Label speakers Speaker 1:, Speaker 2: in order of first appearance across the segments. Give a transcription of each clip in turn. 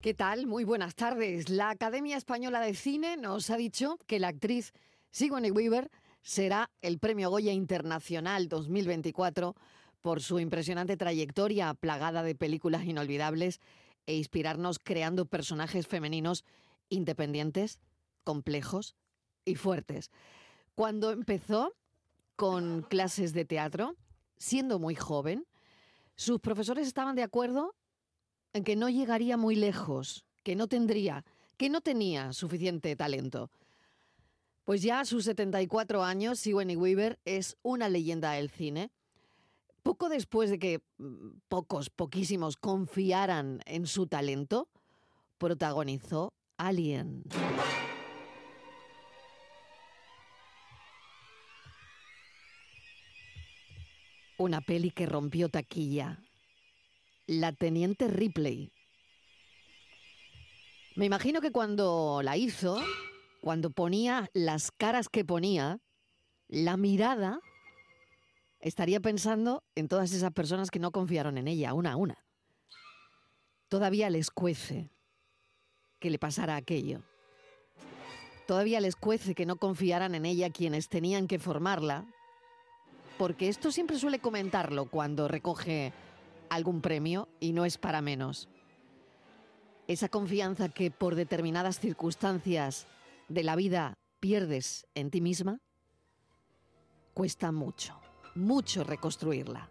Speaker 1: ¿Qué tal? Muy buenas tardes. La Academia Española de Cine nos ha dicho que la actriz Sigourney Weaver será el Premio Goya Internacional 2024 por su impresionante trayectoria plagada de películas inolvidables e inspirarnos creando personajes femeninos independientes, complejos y fuertes. Cuando empezó con clases de teatro, siendo muy joven, sus profesores estaban de acuerdo en que no llegaría muy lejos, que no tendría, que no tenía suficiente talento. Pues ya a sus 74 años, Sigourney Weaver es una leyenda del cine. Poco después de que mm, pocos, poquísimos confiaran en su talento, protagonizó Alien. Una peli que rompió taquilla, la Teniente Ripley. Me imagino que cuando la hizo, cuando ponía las caras que ponía, la mirada estaría pensando en todas esas personas que no confiaron en ella, una a una. Todavía les cuece que le pasara aquello. Todavía les cuece que no confiaran en ella quienes tenían que formarla, porque esto siempre suele comentarlo cuando recoge algún premio y no es para menos. Esa confianza que por determinadas circunstancias de la vida pierdes en ti misma, cuesta mucho, mucho reconstruirla.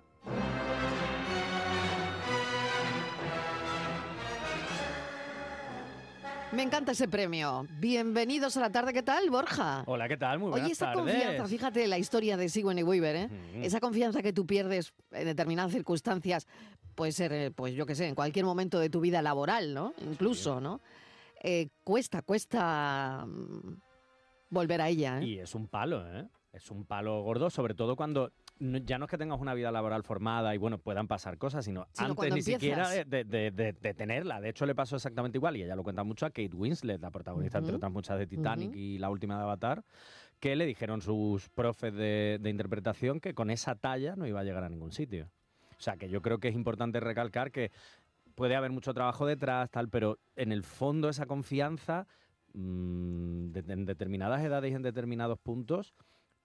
Speaker 1: Me encanta ese premio. Bienvenidos a la tarde. ¿Qué tal, Borja?
Speaker 2: Hola, ¿qué tal? Muy buenas
Speaker 1: Oye, esa
Speaker 2: tardes.
Speaker 1: confianza, fíjate la historia de Sigourney Weaver, ¿eh?
Speaker 2: Mm.
Speaker 1: Esa confianza que tú pierdes en determinadas circunstancias, puede ser, eh, pues yo qué sé, en cualquier momento de tu vida laboral, ¿no? Incluso, ¿no? Eh, cuesta, cuesta mm, volver a ella, ¿eh?
Speaker 2: Y es un palo, ¿eh? Es un palo gordo, sobre todo cuando no- ya no es que tengas una vida laboral formada y bueno, puedan pasar cosas, sino,
Speaker 1: Sino
Speaker 2: antes
Speaker 1: cuando
Speaker 2: ni siquiera
Speaker 1: empiezas.
Speaker 2: de, de- de- de- de tenerla. De hecho, le pasó exactamente igual, y ella lo cuenta mucho a Kate Winslet, la protagonista, entre
Speaker 1: Ujú.
Speaker 2: otras muchas, de Titanic y la última de Avatar, que le dijeron sus profes de, de interpretación que con esa talla no iba a llegar a ningún sitio. O sea, que yo creo que es importante recalcar que puede haber mucho trabajo detrás, tal, pero en el fondo esa confianza mm, de- en determinadas edades y en determinados puntos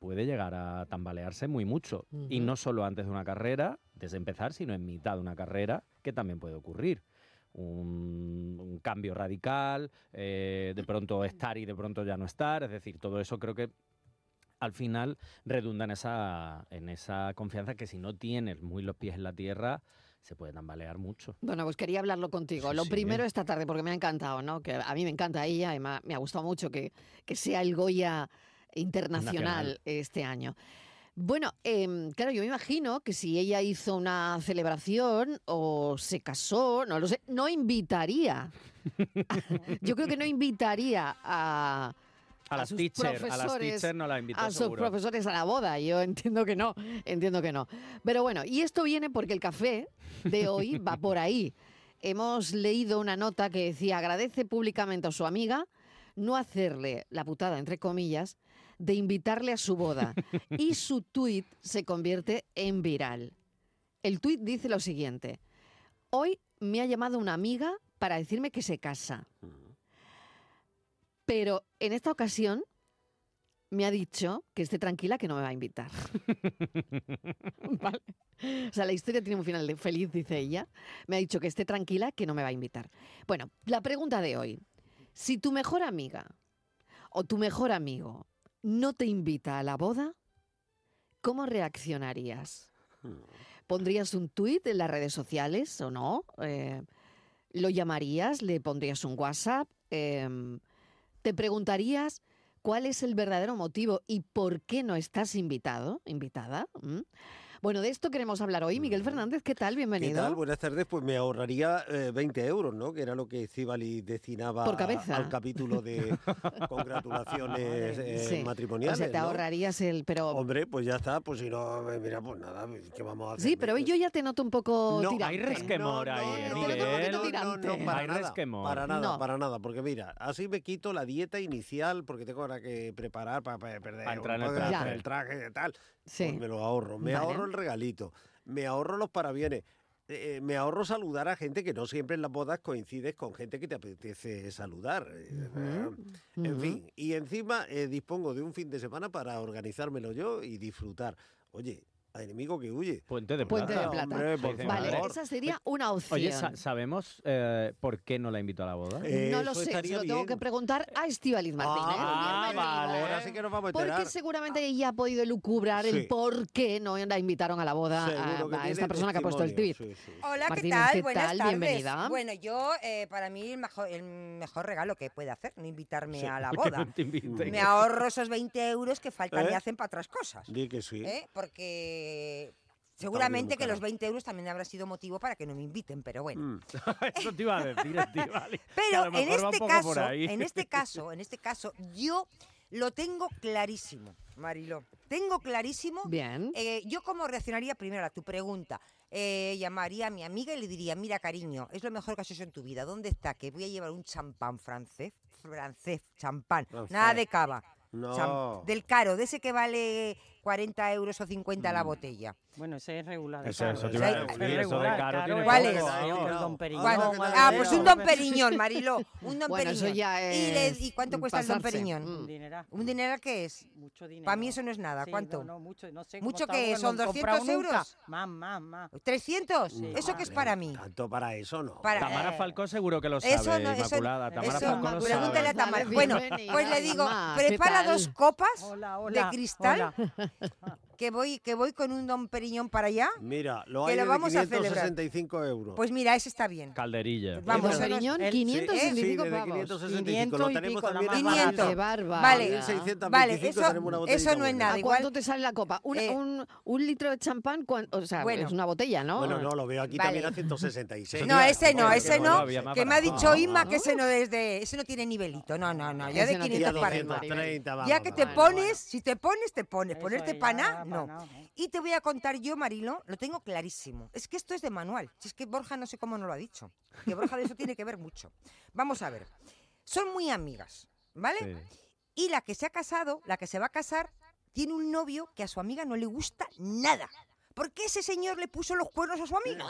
Speaker 2: puede llegar a tambalearse muy mucho. Y
Speaker 1: Ujú.
Speaker 2: no solo antes de una carrera, desde empezar, sino en mitad de una carrera, que también puede ocurrir. Un, un cambio radical, eh, de pronto estar y de pronto ya no estar, es decir, todo eso creo que al final redunda en esa, en esa confianza que si no tienes muy los pies en la tierra, se puede tambalear mucho.
Speaker 1: Bueno, pues quería hablarlo contigo.
Speaker 2: Sí,
Speaker 1: Lo
Speaker 2: sí. ¿eh?
Speaker 1: primero esta tarde, porque me ha encantado, ¿no? Que a mí me encanta ella y me ha, me ha gustado mucho que, que sea el Goya internacional
Speaker 2: Nacional.
Speaker 1: este año. Bueno, em, claro, yo me imagino que si ella hizo una celebración o se casó, no lo sé, no invitaría. yo creo que no invitaría a,
Speaker 2: A, las
Speaker 1: sus
Speaker 2: teachers, a las
Speaker 1: profesores,
Speaker 2: teachers no las invitó
Speaker 1: a sus
Speaker 2: seguro.
Speaker 1: profesores a la boda. Yo entiendo que no, entiendo que no. Pero bueno, y esto viene porque el café de hoy va por ahí. Hemos leído una nota que decía agradece públicamente a su amiga no hacerle la putada, entre comillas, de invitarle a su boda. Y su tuit se convierte en viral. El tuit dice lo siguiente. Hoy me ha llamado una amiga para decirme que se casa. Pero en esta ocasión me ha dicho que esté tranquila que no me va a invitar. Vale. O sea, la historia tiene un final de feliz, dice ella. Me ha dicho que esté tranquila que no me va a invitar. Bueno, la pregunta de hoy. Si tu mejor amiga o tu mejor amigo no te invita a la boda, ¿cómo reaccionarías? ¿Pondrías un tuit en las redes sociales o no? Eh, ¿Lo llamarías? ¿Le pondrías un WhatsApp? Em, ¿Te preguntarías cuál es el verdadero motivo y por qué no estás invitado, invitada? ¿Mm? Bueno, de esto queremos hablar hoy. Miguel Fernández, ¿qué tal? Bienvenido.
Speaker 3: ¿Qué tal? Buenas tardes. Pues me ahorraría eh, 20 euros, ¿no? Que era lo que Cibali destinaba
Speaker 1: Por cabeza.
Speaker 3: al capítulo de congratulaciones eh,
Speaker 1: Sí.
Speaker 3: matrimoniales.
Speaker 1: O sea, te
Speaker 3: ¿no?
Speaker 1: ahorrarías el... Pero...
Speaker 3: Hombre, pues ya está. Pues si no, eh, mira, pues nada, ¿qué vamos a hacer?
Speaker 1: Sí, pero hoy yo ya te noto un poco
Speaker 3: No,
Speaker 1: tirante.
Speaker 2: Hay resquemor
Speaker 3: No, no,
Speaker 2: ahí, eh,
Speaker 1: no,
Speaker 3: no,
Speaker 1: no,
Speaker 2: Miguel.
Speaker 1: no, no, no,
Speaker 3: No,
Speaker 1: tirante.
Speaker 3: para
Speaker 2: Hay
Speaker 3: nada,
Speaker 2: resquemor.
Speaker 3: Para nada,
Speaker 1: No.
Speaker 3: para nada. Porque mira, así me quito la dieta inicial porque tengo ahora que preparar para, para perder
Speaker 2: Para entrar en el
Speaker 3: para
Speaker 2: traje.
Speaker 3: hacer el traje y tal.
Speaker 1: Sí.
Speaker 3: Pues me lo ahorro. Me
Speaker 1: Vale.
Speaker 3: ahorro el regalito. Me ahorro los parabienes. eh, me ahorro saludar a gente que no siempre en las bodas coincides con gente que te apetece saludar. eh, En fin, y encima eh, dispongo de un fin de semana para organizármelo yo y disfrutar. Oye, a enemigo que huye.
Speaker 2: Puente de
Speaker 1: Puente
Speaker 2: plata.
Speaker 1: de plata.
Speaker 3: Hombre, por
Speaker 2: Dicen,
Speaker 1: Vale,
Speaker 2: favor.
Speaker 1: esa sería una opción.
Speaker 2: Oye, sa- ¿sabemos eh, por qué no la invitó a la boda?
Speaker 3: Eh,
Speaker 1: no lo
Speaker 3: eso
Speaker 1: sé, se
Speaker 3: estaría
Speaker 1: lo tengo
Speaker 3: bien.
Speaker 1: que preguntar a Estivaliz Martínez.
Speaker 2: Ah,
Speaker 1: Bien,
Speaker 2: vale.
Speaker 3: Ahora sí que nos vamos a enterar.
Speaker 1: Porque seguramente ella ha podido lucubrar el
Speaker 3: Sí.
Speaker 1: por qué no la invitaron a la boda
Speaker 3: Seguro que
Speaker 1: a, a esta
Speaker 3: tiene
Speaker 1: persona que ha puesto el tweet.
Speaker 3: testimonio, sí, sí.
Speaker 4: Hola,
Speaker 1: Martínez,
Speaker 4: ¿qué tal?
Speaker 1: ¿qué
Speaker 4: Buenas
Speaker 1: tal?
Speaker 4: tardes.
Speaker 1: Bienvenida.
Speaker 4: Bueno, yo, eh, para mí, el mejor, el mejor regalo que puede hacer, no invitarme
Speaker 3: Sí,
Speaker 4: a la
Speaker 2: Que
Speaker 4: boda.
Speaker 2: no te inviten.
Speaker 4: Me ahorro esos 20 euros que faltan
Speaker 3: ¿Eh?
Speaker 4: me hacen para otras cosas.
Speaker 3: Di que sí.
Speaker 4: ¿eh? Porque
Speaker 3: muy
Speaker 4: seguramente que
Speaker 3: cara.
Speaker 4: los 20 euros también habrá sido motivo para que no me inviten, pero bueno.
Speaker 3: Mm.
Speaker 2: Eso te iba a decir, Estivali. Que a
Speaker 4: Pero
Speaker 2: lo
Speaker 4: en
Speaker 2: mejor va un
Speaker 4: este
Speaker 2: poco por
Speaker 4: caso,
Speaker 2: ahí.
Speaker 4: en este caso, en este caso, yo lo tengo clarísimo, Mariló. Tengo clarísimo
Speaker 1: Bien.
Speaker 4: Eh, yo cómo reaccionaría primero a tu pregunta. Eh, llamaría a mi amiga y le diría, mira cariño, es lo mejor que has hecho en tu vida. ¿Dónde está? Que voy a llevar un champán francés, francés, champán,
Speaker 3: Francés.
Speaker 4: nada de cava.
Speaker 3: No.
Speaker 4: Cham- del caro, de ese que vale 40 euros o 50 la botella.
Speaker 5: Bueno, ese es regular.
Speaker 2: Eso-
Speaker 5: claro.
Speaker 2: eso
Speaker 4: te iba a
Speaker 5: Ese es
Speaker 4: decir,
Speaker 5: regular,
Speaker 2: eso de caro tiene
Speaker 5: es
Speaker 4: ¿Cuál
Speaker 5: otro,
Speaker 4: es?
Speaker 5: otro,
Speaker 3: Ahora,
Speaker 5: don Periñón,
Speaker 3: ahora
Speaker 4: ¿Cuál?
Speaker 3: que
Speaker 5: madre
Speaker 3: nadie
Speaker 4: ah,
Speaker 5: mía.
Speaker 4: pues un don Periñón, Mariló, un don
Speaker 1: Bueno, eso
Speaker 4: Periñón.
Speaker 1: ya
Speaker 4: ¿Y, le-
Speaker 1: es
Speaker 4: ¿Y cuánto cuesta el don
Speaker 1: pasarse.
Speaker 4: Periñón?
Speaker 1: Mm.
Speaker 5: Un dineral,
Speaker 4: ¿Un dineral que es?
Speaker 5: Mucho dinero.
Speaker 4: Para mí eso no es nada.
Speaker 5: Sí,
Speaker 4: ¿Cuánto?
Speaker 5: No, no, mucho, no sé
Speaker 4: ¿Mucho
Speaker 5: cómo está
Speaker 4: que
Speaker 5: Google,
Speaker 4: son
Speaker 5: no he comprado
Speaker 4: 200
Speaker 5: nunca.
Speaker 4: euros?
Speaker 5: Más, más, más.
Speaker 4: ¿300?
Speaker 5: Sí.
Speaker 4: ¿Eso que es
Speaker 3: Hombre,
Speaker 4: para mí?
Speaker 3: Tanto para eso no.
Speaker 4: Para- eh,
Speaker 2: Tamara Falcó seguro que lo sabe,
Speaker 4: Eso no, eso-
Speaker 2: Inmaculada. Tamara
Speaker 4: eso,
Speaker 2: Falcó lo
Speaker 1: Inmaculada,
Speaker 2: sabe.
Speaker 4: pregúntale a Tamara.
Speaker 1: Vale,
Speaker 4: Bueno,
Speaker 1: bienvenida,
Speaker 4: pues le digo,
Speaker 1: Inma, ¿qué
Speaker 4: prepara
Speaker 1: tal?
Speaker 4: dos copas
Speaker 5: Hola, hola.
Speaker 4: de cristal
Speaker 5: hola.
Speaker 4: que voy que voy con un don Periñón para allá.
Speaker 3: Mira, lo
Speaker 4: Que
Speaker 3: hay
Speaker 4: lo
Speaker 3: de
Speaker 4: vamos a celebrar.
Speaker 3: 565 euros.
Speaker 4: Pues mira, ese está bien.
Speaker 2: Calderilla.
Speaker 4: Vamos,
Speaker 1: Don
Speaker 4: eso no-
Speaker 1: Periñón,
Speaker 5: el- sí,
Speaker 1: 565
Speaker 3: sí, desde
Speaker 1: pavos.
Speaker 3: 565. Lo
Speaker 5: 500 y
Speaker 3: tenemos
Speaker 5: pico, la
Speaker 3: también.
Speaker 5: más
Speaker 3: en
Speaker 4: barata.
Speaker 1: Qué
Speaker 4: 500.
Speaker 1: bárbara.
Speaker 4: Vale,
Speaker 1: ¿A
Speaker 3: 625
Speaker 4: eh, vale, eso,
Speaker 3: tenemos una botellita
Speaker 4: eso no es
Speaker 3: buena.
Speaker 4: nada.
Speaker 1: cuánto
Speaker 4: Igual,
Speaker 1: te sale la copa? Una-
Speaker 4: Eh,
Speaker 1: un, un litro de champán, cuan- o sea,
Speaker 4: bueno.
Speaker 1: es una botella, ¿no?
Speaker 3: Bueno, no, lo veo aquí
Speaker 4: Vale.
Speaker 3: también a 166.
Speaker 4: no, ese no,
Speaker 3: Hombre,
Speaker 4: ese
Speaker 3: bueno,
Speaker 4: no.
Speaker 3: había más
Speaker 4: Que me ha
Speaker 3: barato.
Speaker 4: dicho
Speaker 3: Ah,
Speaker 4: Inma
Speaker 3: ah,
Speaker 4: que ese no es de, ese no tiene nivelito. No, no, no. Ya
Speaker 1: Ese
Speaker 4: de
Speaker 1: no
Speaker 3: Y
Speaker 1: tiene
Speaker 3: a
Speaker 4: 500 para arriba.
Speaker 3: 230, vamos.
Speaker 4: Ya que te
Speaker 1: vale,
Speaker 4: pones, si te pones, te pones.
Speaker 5: Eso
Speaker 4: Ponerte
Speaker 5: ya,
Speaker 4: paná,
Speaker 5: pa'
Speaker 4: no.
Speaker 5: nada, ¿eh?
Speaker 4: Y te voy a contar yo, Marilo, lo tengo clarísimo. Es que esto es de manual. Si es que Borja no sé cómo no lo ha dicho. Que Borja de eso tiene que ver mucho. Vamos a ver. Son muy amigas, ¿vale?
Speaker 2: Sí.
Speaker 4: Y la que se ha casado, la que se va a casar, tiene un novio que a su amiga no le gusta nada. ¿Por qué ese señor le puso los cuernos a su amiga?